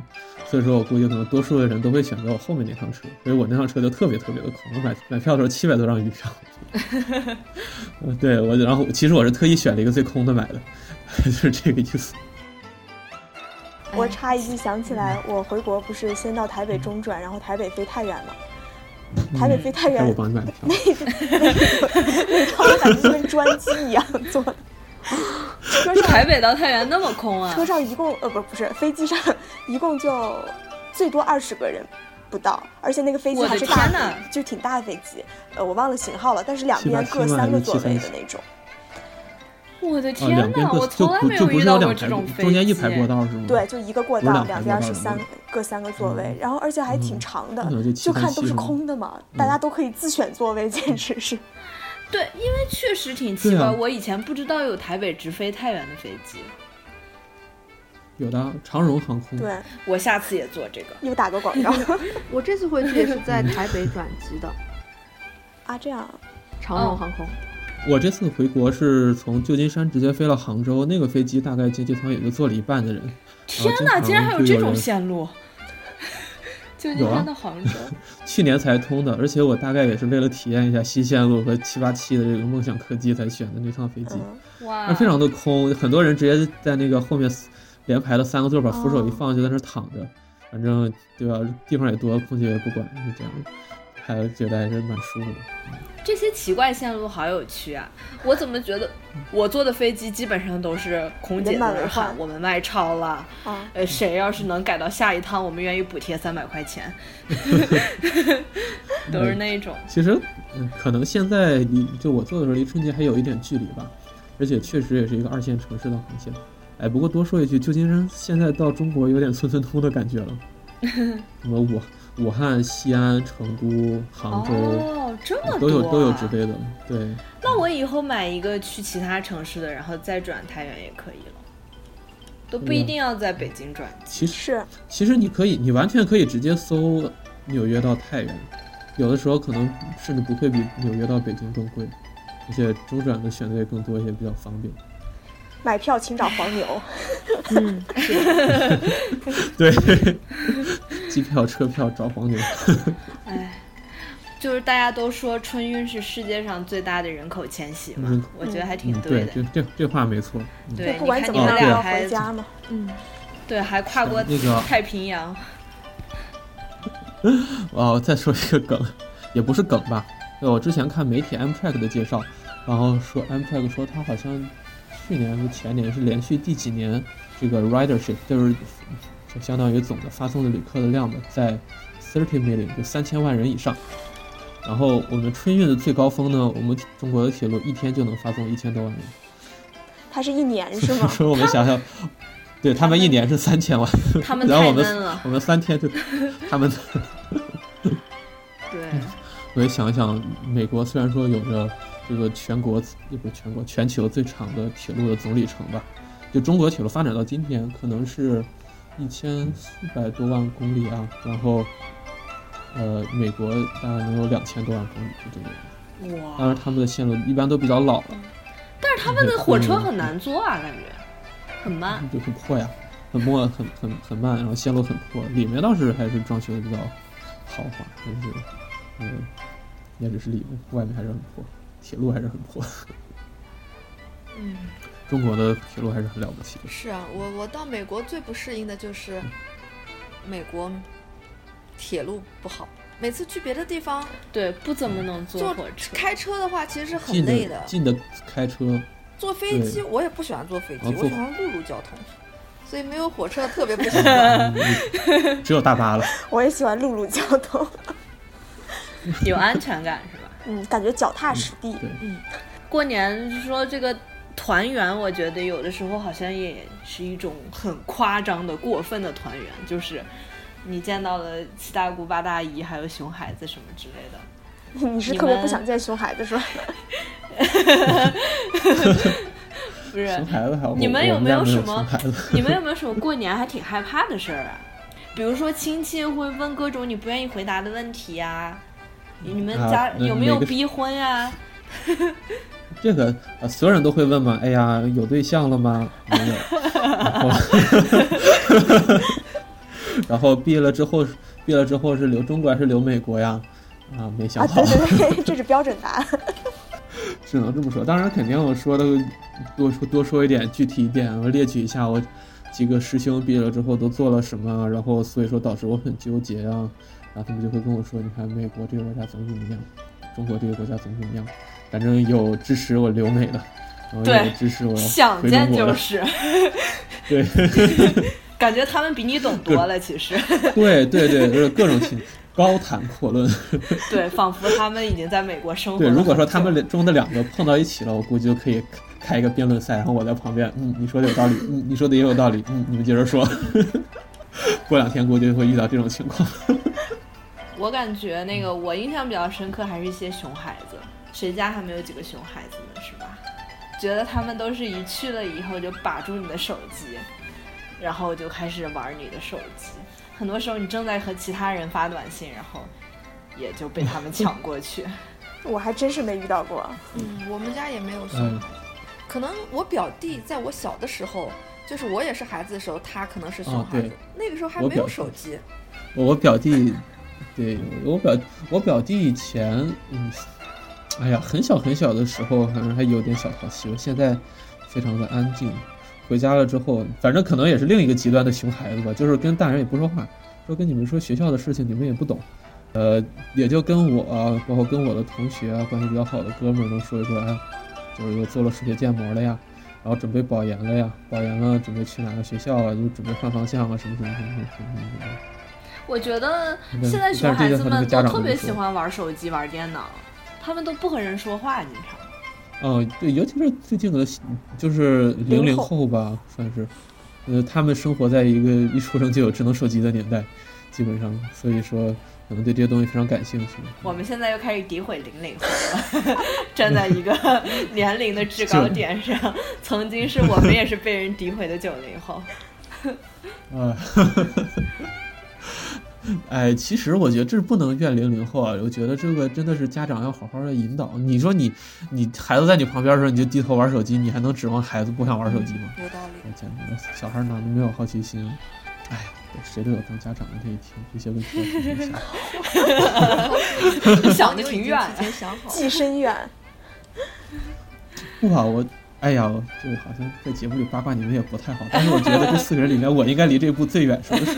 Speaker 2: 所以说我估计可能多数的人都会选择我后面那趟车，所以我那趟车就特别特别的狂，我买买票的时候七百多张余
Speaker 1: *laughs*
Speaker 2: 票，呃对我，然后其实我是特意选了一个最空的买的， *laughs* 就是这个意思。
Speaker 1: 我插一句，想起来我回国不是先到台北中转，然后台北飞太原嘛，台北飞太
Speaker 2: 让哎我
Speaker 1: 原
Speaker 2: 帮你买的票，
Speaker 1: 那
Speaker 4: *laughs*
Speaker 1: 趟我感觉就跟专机一样坐的，车上
Speaker 4: 台北到太原那么空啊？
Speaker 1: 车上一共呃不不是飞机上一共就最多二十个人不到，而且那个飞机
Speaker 4: 我的
Speaker 1: 还是大
Speaker 4: 天哪
Speaker 1: 飞，就挺大的飞机，呃我忘了型号了，但是两
Speaker 2: 七八
Speaker 1: 边各
Speaker 2: 七万还
Speaker 1: 三个
Speaker 2: 是
Speaker 1: 座
Speaker 2: 七三
Speaker 1: 位的
Speaker 2: 七
Speaker 1: 那种。
Speaker 4: 我的
Speaker 2: 啊，
Speaker 4: 天
Speaker 2: 两边
Speaker 4: 呐，
Speaker 2: 各
Speaker 4: 我
Speaker 2: 就
Speaker 4: 从来
Speaker 2: 不
Speaker 4: 没
Speaker 2: 就
Speaker 4: 有
Speaker 2: 不
Speaker 4: 遇
Speaker 2: 是有
Speaker 4: 到过
Speaker 2: 两
Speaker 4: 这
Speaker 2: 排
Speaker 4: 种飞机，
Speaker 2: 中间一排过道是吗？
Speaker 1: 对，，就一个过
Speaker 2: 不是
Speaker 1: 道，
Speaker 2: 两
Speaker 1: 两
Speaker 2: 排
Speaker 1: 边
Speaker 2: 过
Speaker 1: 是
Speaker 2: 道
Speaker 1: 三
Speaker 2: 吗
Speaker 1: 各三个座位
Speaker 2: 嗯，
Speaker 1: 然后而且还挺
Speaker 2: 嗯
Speaker 1: 长
Speaker 2: 那可
Speaker 1: 的
Speaker 2: 能就，
Speaker 1: 就
Speaker 2: 七分
Speaker 1: 看都
Speaker 2: 七
Speaker 1: 是
Speaker 2: 嗯分钟
Speaker 1: 空的嘛，大
Speaker 2: 嗯
Speaker 1: 家都可以自选座位，简直是。
Speaker 4: 对，因为确实挺奇
Speaker 2: 对
Speaker 4: 怪，
Speaker 2: 啊
Speaker 4: 我以前不知道有台北直飞太原的飞机，
Speaker 2: 有的长荣航
Speaker 1: *laughs*
Speaker 2: 空，
Speaker 1: 对，
Speaker 4: 我下次也坐这个。
Speaker 2: 啊
Speaker 1: 又打个
Speaker 4: *laughs*
Speaker 1: 广告
Speaker 5: 我这次回去也是
Speaker 2: *laughs*
Speaker 5: 在台北转机的，
Speaker 1: 啊，这样
Speaker 5: 长
Speaker 4: 哦
Speaker 5: 荣航空。
Speaker 2: 我这次回国是从旧金山直接飞了杭州，那个飞机大概接机团也就坐了一半的人。
Speaker 4: 天
Speaker 2: 然后经常
Speaker 4: 竟然还有
Speaker 2: 会
Speaker 4: 这
Speaker 2: 人
Speaker 4: 种线路！ *laughs* 旧金
Speaker 2: 有啊
Speaker 4: 山
Speaker 2: *laughs*
Speaker 4: 到杭州，
Speaker 2: 去年才通的，而且我大概也是为了体验一下新线路和七八七的这个梦想科技才选的那趟飞机，
Speaker 1: 嗯，
Speaker 4: 哇
Speaker 2: 那，啊非常的空，很多人直接在那个后面连排了三个座，把扶手
Speaker 4: 哦
Speaker 2: 一放就在那儿躺着，反正对吧，地方也多，空气也不管，就这样，还觉得还是蛮舒服的。
Speaker 4: 这些奇怪线路好有趣啊！我怎么觉得我坐的飞机基本上都是空姐在
Speaker 1: 人满
Speaker 4: 那
Speaker 1: 为
Speaker 4: 儿喊
Speaker 1: 患
Speaker 4: 我们卖超了，
Speaker 2: 嗯
Speaker 1: 啊，
Speaker 4: 呃，谁要是能改到下一趟，我们愿意补贴三百
Speaker 2: *laughs*
Speaker 4: 块钱， *laughs* 都是那种。
Speaker 2: 其实，嗯，可能现在离就我做的时候离春节还有一点距离吧，而且确实也是一个二线城市的航线。哎，不过多说一句，旧金山现在到中国有点村村通的感
Speaker 4: *laughs*
Speaker 2: 觉了，什么武武汉、西安、成 *laughs* 都、杭州、
Speaker 4: 哦，这么多、啊、
Speaker 2: 都有都有直飞的，对。
Speaker 4: 那我以后买一个去其他城市的，然后再转太原也可以了，都不
Speaker 2: 嗯
Speaker 4: 一定要在北京转。
Speaker 2: 其实
Speaker 1: 是
Speaker 2: 其实你可以，你完全可以直接搜纽约到太原，有的时候可能甚至不会比纽约到北京更贵，而且中转的选择也更多一些，比较方便。
Speaker 1: 买票请找黄牛，
Speaker 5: 嗯，
Speaker 2: *laughs* 对，机票、车票找黄牛。
Speaker 4: 哎，就是大家都说春运是世界上最大的人口迁徙嘛，
Speaker 2: 嗯
Speaker 4: 我觉得还挺
Speaker 2: 嗯，
Speaker 4: 的。
Speaker 2: 这这这话没错。嗯
Speaker 4: 对
Speaker 1: 就不管
Speaker 4: 你
Speaker 1: 怎
Speaker 4: 看你
Speaker 1: 么样
Speaker 4: 们
Speaker 1: 都
Speaker 4: 俩
Speaker 1: 要
Speaker 4: 还
Speaker 1: 回家嘛。
Speaker 5: 嗯，
Speaker 4: 对，还跨过
Speaker 2: 那个
Speaker 4: 太
Speaker 2: *laughs*
Speaker 4: 平洋。
Speaker 2: 哦，再说一个梗，也不是梗吧？对，我之前看媒体 Amtrak 的介绍，然后说 Amtrak 说它好像去年还是前年是连续第几年这个 ridership 就是就相当于总的发送的旅客的量吧，在 thirty million 就三千万人以上。然后我们春运的最高峰呢，我们中国的铁路一天就能发送一千多万人。
Speaker 1: 它是一
Speaker 2: 哎
Speaker 1: 年是吗？
Speaker 2: *laughs* 说我们想想，对他们一年是三千万，
Speaker 4: 他们
Speaker 2: 然后
Speaker 4: 太
Speaker 2: 我
Speaker 4: 嫩
Speaker 2: 们 *laughs*
Speaker 4: 了，
Speaker 2: 我们三天就他们，
Speaker 4: 对，
Speaker 2: 我也想想，美国虽然说有着这个全国也不是全国全球最长的铁路的总里程吧，就中国铁路发展到今天可能是一千四百多万公里啊，然后呃美国大概能有两千多万公里就这个样子，当
Speaker 4: 哇！
Speaker 2: 然他们的线路一般都比较老了，
Speaker 4: 但是他们的火车很难坐啊，感觉很慢。
Speaker 2: 就很破呀，很破，很很很慢，然后线路很破。里面倒是还是装修的比较豪华，但是，嗯，也只是里面，外面还是很破，铁路还是很破。 *laughs*
Speaker 4: 嗯，
Speaker 2: 中国的铁路还是很了不起的。
Speaker 4: *laughs*
Speaker 3: 是啊，我我到美国最不适应的就是美国铁路不好。每次去别的地方
Speaker 4: 对，不怎么能坐
Speaker 3: 坐
Speaker 4: 火车。
Speaker 3: 开车的话，其实很
Speaker 2: 近
Speaker 3: 累
Speaker 2: 的
Speaker 3: 的。
Speaker 2: 近的开车，
Speaker 3: 坐飞机我也不喜欢坐飞机，
Speaker 2: 啊
Speaker 3: 我
Speaker 2: 坐
Speaker 3: 喜欢陆路交通，所以没有火车特
Speaker 2: *laughs*
Speaker 3: 别不习惯。
Speaker 2: 嗯
Speaker 4: *laughs*
Speaker 2: 只有大巴了。
Speaker 1: 我也喜欢陆路交通，
Speaker 4: 有安全感是吧？
Speaker 1: 嗯，感觉脚踏实地。
Speaker 2: 对，
Speaker 4: 过年说这个团圆，我觉得有的时候好像也是一种很夸张的、过分的团圆，就是你见到了七大姑八大姨，还有熊孩子什么之类的。
Speaker 1: 你是
Speaker 4: 你
Speaker 1: 特别
Speaker 4: 们
Speaker 1: 不想见熊孩子是吧？
Speaker 4: 不是，
Speaker 2: 生孩子还好，
Speaker 4: 你们
Speaker 2: 我
Speaker 4: 有
Speaker 2: 我
Speaker 4: 没
Speaker 2: 家
Speaker 4: 有
Speaker 2: 没
Speaker 4: 什
Speaker 2: 有
Speaker 4: 么
Speaker 2: 生孩子？
Speaker 4: 你们有没有什么过年还挺害怕的事儿啊？比如说亲戚会问啊各种你不愿意回答的问题呀、你们家
Speaker 2: 啊那
Speaker 4: 有没有
Speaker 2: 每个
Speaker 4: 逼婚呀、
Speaker 2: 这个呃，所有人都会问嘛，哎呀，有对象了吗？没有。然后， *laughs* 然后毕业了之后，毕业了之后是留中国还是留美国呀？啊，没想
Speaker 1: 啊，
Speaker 2: 好
Speaker 1: 对，对对，这是标准答案。
Speaker 2: 只能这么说。当然，肯定我说的多说多说一点，具体一点，我列举一下我几个师兄毕业了之后都做了什么，然后所以说导致我很纠结啊。然后他们就会跟我说，你看美国这个国家怎么怎么样，中国这个国家怎么怎么样，反正有支持我留美的，然后
Speaker 4: 对
Speaker 2: 有支持我
Speaker 4: 想
Speaker 2: 回中
Speaker 4: 见
Speaker 2: 国
Speaker 4: 就
Speaker 2: 的，
Speaker 4: 是，
Speaker 2: 对。
Speaker 4: *laughs* 感觉他们比你懂多了，
Speaker 2: *laughs*
Speaker 4: 其实，
Speaker 2: 对对对，就是各种情高谈阔论。
Speaker 4: 对，仿佛他们已经在美国生活
Speaker 2: 对，
Speaker 4: 了很久。
Speaker 2: 如果说他们两中的两个碰到一起了，我估计就可以开开一个辩论赛，然后我在旁边，嗯，你说的有道理，嗯，你说的也有道理，嗯，你们接着说。 *laughs* 过两天估计会遇到这种情况。
Speaker 4: 我感觉那个我印象比较深刻，还是一些熊孩子。谁家还没有几个熊孩子呢，是吧？觉得他们都是一去了以后就把住你的手机，然后就开始玩你的手机。很多时候你正在和其他人发短信，然后也就被他们抢过去。
Speaker 1: 我还真是没遇到过。
Speaker 3: 嗯，我们家也没有熊
Speaker 2: 嗯
Speaker 3: 孩子，可能我表弟在我小的时候，就是我也是孩子的时候，他可能是熊
Speaker 2: 啊
Speaker 3: 孩子，
Speaker 2: 对
Speaker 3: 那个时候还
Speaker 2: 我
Speaker 3: 没有
Speaker 2: 表
Speaker 3: 手机。
Speaker 2: 我我表弟，对我表我表弟以前，嗯，哎呀，很小很小的时候，反正还有点小淘气，我现在非常的安静。回家了之后，反正可能也是另一个极端的熊孩子吧，就是跟大人也不说话，说跟你们说学校的事情，你们也不懂。呃，也就跟我、呃包括跟我的同学啊，关系比较好的哥们儿能说一说，哎，就是又做了数学建模了呀，然后准备保研了呀，保研了准备去哪个学校啊，又准备换方向啊，什么什么什么什么什么什么什么。
Speaker 4: *laughs* 我觉得
Speaker 2: 嗯
Speaker 4: 现在熊
Speaker 2: 但
Speaker 4: 孩
Speaker 2: 是这就
Speaker 4: 子
Speaker 2: 和那
Speaker 4: 们
Speaker 2: 个家
Speaker 4: 都
Speaker 2: 长
Speaker 4: 特别
Speaker 2: 就
Speaker 4: 喜
Speaker 2: 是
Speaker 4: 欢玩手机、玩电脑，他们都不和人说话，经常。
Speaker 2: 嗯，对，尤其是最近的，就是零
Speaker 1: 零
Speaker 2: 零
Speaker 1: 后
Speaker 2: 后吧，算是，呃，他们生活在一个一出生就有智能手机的年代，基本上，所以说可能对这些东西非常感兴趣。
Speaker 4: 我们现在又开始诋毁零零后了， *laughs* 站在
Speaker 2: *laughs*
Speaker 4: 一个年龄的制高点上，曾经是我们也是被人诋毁的九
Speaker 2: *laughs*
Speaker 4: 零后。
Speaker 2: 啊， *laughs* 哎，其实我觉得这不能怨零零后啊，我觉得这个真的是家长要好好的引导。你说你你孩子在你旁边的时候，你就低头玩手机，你还能指望孩子不想玩手机吗？
Speaker 3: 有道理。
Speaker 2: 我讲真的，小孩哪能没有好奇心啊？哎，谁都有当家长的这一天，这些问题要注意一下。
Speaker 4: 想得
Speaker 3: 就
Speaker 4: 挺
Speaker 3: 已经
Speaker 4: 远啊
Speaker 3: 提前想好
Speaker 4: *laughs*
Speaker 3: 了。
Speaker 1: 既深远，
Speaker 2: 不好，我哎呀，我这好像在节目里八卦你们也不太好，但是我觉得这四个人里面，我应该离这步最远，是不是？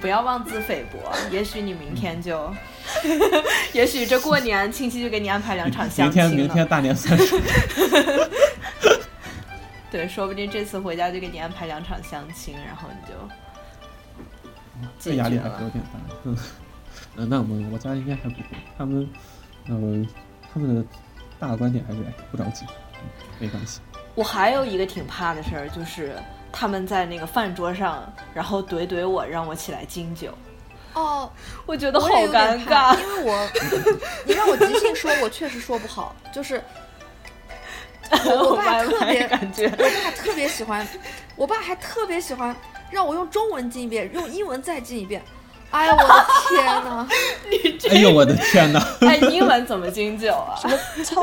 Speaker 4: 不要妄自菲薄，也许你明天就， *laughs* 也许这过年亲戚就给你安排两场
Speaker 2: 明
Speaker 4: 相亲
Speaker 2: 天
Speaker 4: 了。
Speaker 2: 明天大年三十，
Speaker 4: 对，说不定这次回家就给你安排两场相亲，然后你就
Speaker 2: 这压力还是有点大。嗯，呃那我们我家应该还不会，他们，呃，他们的大观点还是哎不着急，嗯没关
Speaker 4: *laughs*
Speaker 2: 系。
Speaker 4: 我还有一个挺怕的事儿，就是他们在那个饭桌上，然后怼怼我，让我起来敬酒，
Speaker 3: 哦，
Speaker 4: 我觉得好
Speaker 3: 我也有
Speaker 4: 尴
Speaker 3: 点怕
Speaker 4: *laughs* 尬。
Speaker 3: 因为我你让我即兴说，我确实说不好，
Speaker 4: *laughs*
Speaker 3: 就是。我我爸
Speaker 4: 歪
Speaker 3: 特
Speaker 4: 歪
Speaker 3: 别，
Speaker 4: 感觉
Speaker 3: 我爸特别喜欢，我爸还特别喜欢让我用中文进一遍，用英文再进一遍。哎呀，我的天哪！
Speaker 2: *laughs* 哎呦我的天哪！
Speaker 4: *laughs* 哎，英文怎么敬酒啊？
Speaker 1: 什么凑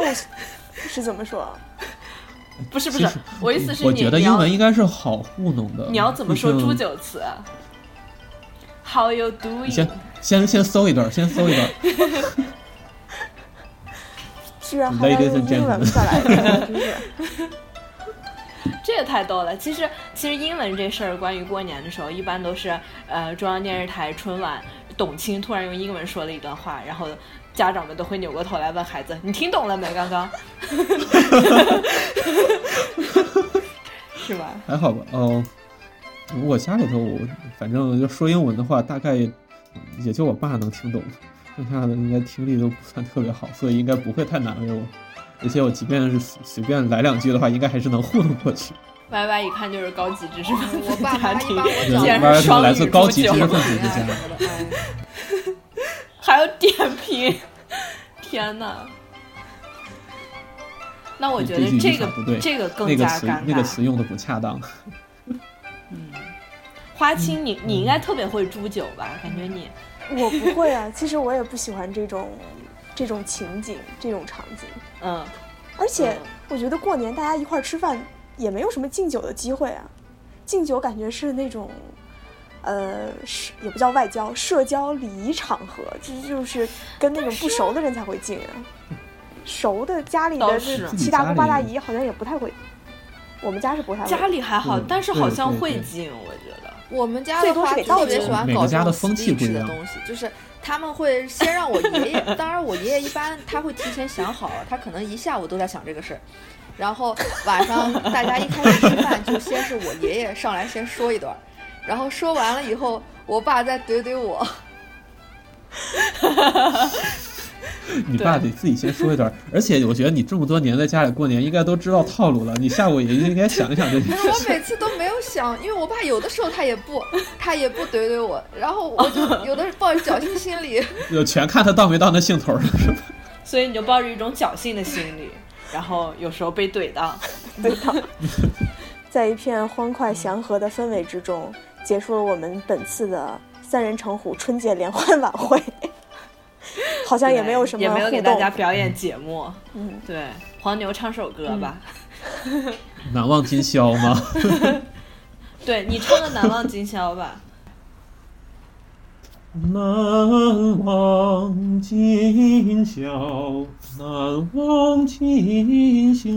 Speaker 1: 是怎么说？
Speaker 4: 不是不
Speaker 2: 其
Speaker 4: 是
Speaker 2: 实，
Speaker 4: 我意思是你，
Speaker 2: 我觉得
Speaker 4: 你
Speaker 2: 英
Speaker 4: 要
Speaker 2: 文应该是好糊弄的。
Speaker 4: 你要怎么说
Speaker 2: 毕竟
Speaker 4: 祝酒词啊？How you doing？
Speaker 2: 先先先搜一段，先搜一段。
Speaker 1: 居然还要
Speaker 2: Ladies
Speaker 1: 用
Speaker 2: and
Speaker 1: 英文算来着，真是。
Speaker 4: 这也太逗了。其实其实英文这事儿，关于过年的时候，一般都是呃中央电视台春晚，董卿突然用英文说了一段话，然后家长们都会扭过头来问孩子：“你听懂了没？刚刚？” *laughs* 是吧？
Speaker 2: 还好吧，哦，我家里头我反正就说英文的话，大概也也就我爸能听懂，剩下的应该听力都不算特别好，所以应该不会太难为我。而且我即便是随随便来两句的话，应该还是能糊弄过去。
Speaker 4: Y Y 一看就是高级知识分子
Speaker 3: 我爸
Speaker 4: 家
Speaker 3: 妈一
Speaker 4: 庭
Speaker 3: 般，
Speaker 4: *laughs*
Speaker 3: 我
Speaker 2: 对
Speaker 3: 找
Speaker 4: 竟
Speaker 2: 对
Speaker 4: 然
Speaker 2: 歪歪可能
Speaker 4: 是双
Speaker 2: 来
Speaker 4: 语
Speaker 2: 自
Speaker 4: 助
Speaker 2: 高级
Speaker 4: 教
Speaker 2: 知识
Speaker 3: 我
Speaker 2: 分子之
Speaker 3: 呀
Speaker 2: 家
Speaker 3: 我的哎
Speaker 4: 还有点评，天哪！那我觉
Speaker 2: 你这句
Speaker 4: 得这
Speaker 2: 语法
Speaker 4: 个
Speaker 2: 不对
Speaker 4: 这个更
Speaker 2: 那个
Speaker 4: 加
Speaker 2: 词
Speaker 4: 尴尬。
Speaker 2: 那个词用的不恰
Speaker 4: *laughs*
Speaker 2: 当，
Speaker 4: 花
Speaker 2: 嗯
Speaker 4: 青，你你应该特别会煮酒吧？感觉你
Speaker 1: 我不会啊，其实我也不喜欢这种这种情景、这种场景。
Speaker 4: 嗯，
Speaker 1: 而且
Speaker 4: 嗯
Speaker 1: 我觉得过年大家一块儿吃饭也没有什么敬酒的机会啊，敬酒感觉是那种，呃，是也不叫外交，社交礼仪场合，这就是跟那种不熟的人才会敬啊。熟的家里
Speaker 4: 倒
Speaker 1: 的
Speaker 4: 是
Speaker 1: 这七大姑八大姨好像也不太会，我们家是不太会。
Speaker 4: 嗯家里还好，
Speaker 2: 对
Speaker 4: 但是好像
Speaker 2: 对对
Speaker 4: 会
Speaker 2: 对
Speaker 4: 进，我觉得。
Speaker 3: 我们家
Speaker 1: 最
Speaker 3: 的
Speaker 1: 多是
Speaker 3: 话
Speaker 1: 给倒
Speaker 3: 特别
Speaker 1: 酒
Speaker 3: 喜欢
Speaker 2: 每
Speaker 3: 搞
Speaker 2: 个
Speaker 3: 这
Speaker 2: 家的
Speaker 3: 种
Speaker 2: 风气
Speaker 3: split
Speaker 2: 不一
Speaker 3: 的
Speaker 2: 样
Speaker 3: 东西，就是他们会先让我爷 *laughs* 爷，当然我爷爷一般他会提前想好，他可能一下午都在想这个事儿。然后晚上大家一开始吃饭，就先是我爷爷上来先说一段儿，然后说完了以后，我爸再怼
Speaker 2: *laughs*
Speaker 3: 怼我。
Speaker 2: 你爸得自己先说一段儿，而且我觉得你这么多年在家里过年，应该都知道套路了。你下午也应该想一想这件 *laughs*
Speaker 3: 但是我
Speaker 2: 事。
Speaker 3: 每次都没有想，因为我爸有的时候他也不，他也不怼怼我，然后我就有的抱着侥幸心理， *laughs*
Speaker 2: 就全看他到没到那兴头儿了，是吧？
Speaker 4: 所以你就抱着一种侥幸的心理，然后有时候被怼
Speaker 1: *laughs*
Speaker 4: 到。
Speaker 1: 对的。在一片欢快祥和的氛围之中，结束了我们本次的三人成虎春节联欢晚会。好像也没有什么
Speaker 4: 也没有
Speaker 1: 互
Speaker 4: 给大
Speaker 1: 动
Speaker 4: 家表演节目。
Speaker 1: 嗯，
Speaker 4: 对，黄牛唱首歌吧。
Speaker 2: 难忘今宵吗？
Speaker 4: 对你唱个《难忘今宵》吧。
Speaker 2: 难忘今宵，难忘今宵。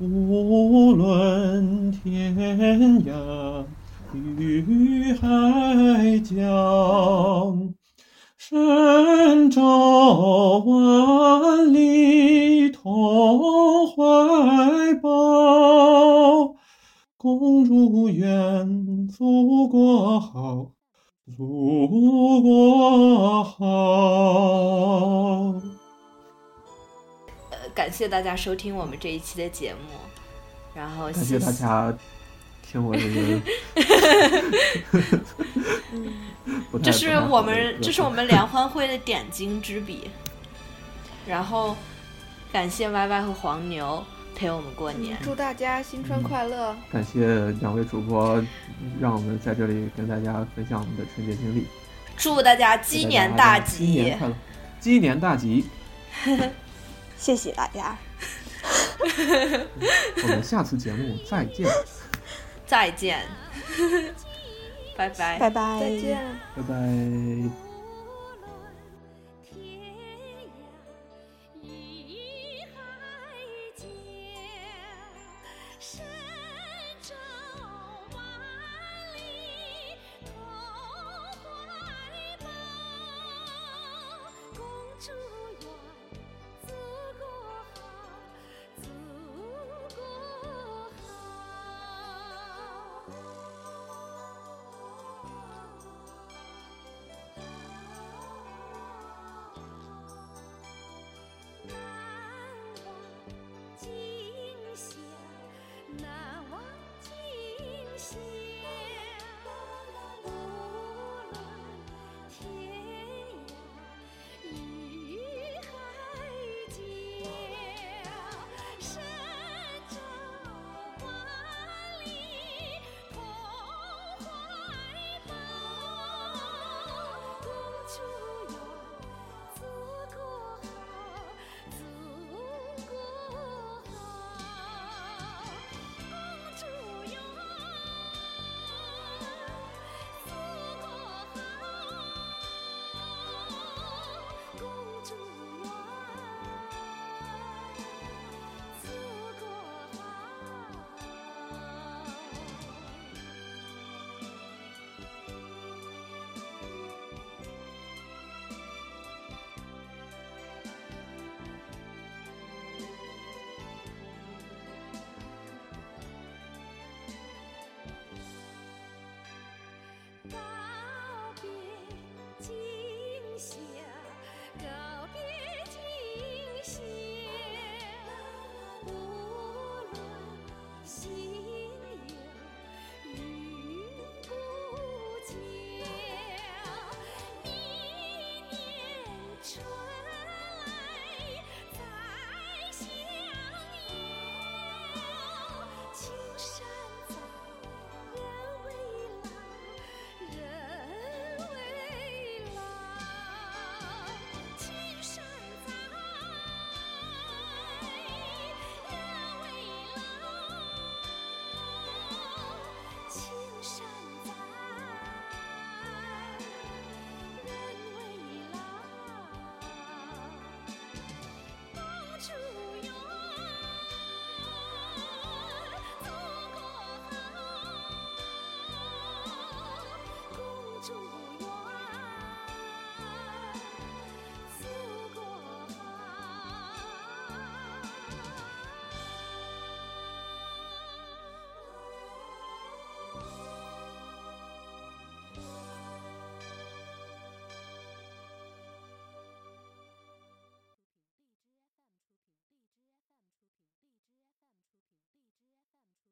Speaker 2: 无论天涯与海角，神州万里同怀抱。共祝愿祖国好，祖国好。
Speaker 4: 呃，感谢大家收听我们这一期的节目，然后
Speaker 2: 感谢大家听我这个
Speaker 4: *laughs*
Speaker 2: 不太。
Speaker 4: 这是
Speaker 2: 不太好
Speaker 4: 我
Speaker 2: 的
Speaker 4: 们
Speaker 2: 一个
Speaker 4: 这是我们联欢会的点睛之笔。然后感谢 Y Y 和黄牛陪我们过年。
Speaker 2: 嗯
Speaker 3: 祝大家新春快乐。
Speaker 2: 感谢两位主播，让我们在这里跟大家分享我们的春节经历。
Speaker 4: 祝大家鸡年大
Speaker 2: 祝大家鸡
Speaker 4: 吉
Speaker 2: 年！快乐，鸡年大吉！
Speaker 1: 谢谢大家。
Speaker 2: 我们下次节目再见，
Speaker 4: 再见，拜拜。
Speaker 1: 拜
Speaker 4: *laughs*
Speaker 1: 拜，
Speaker 3: 再见。
Speaker 2: 拜拜。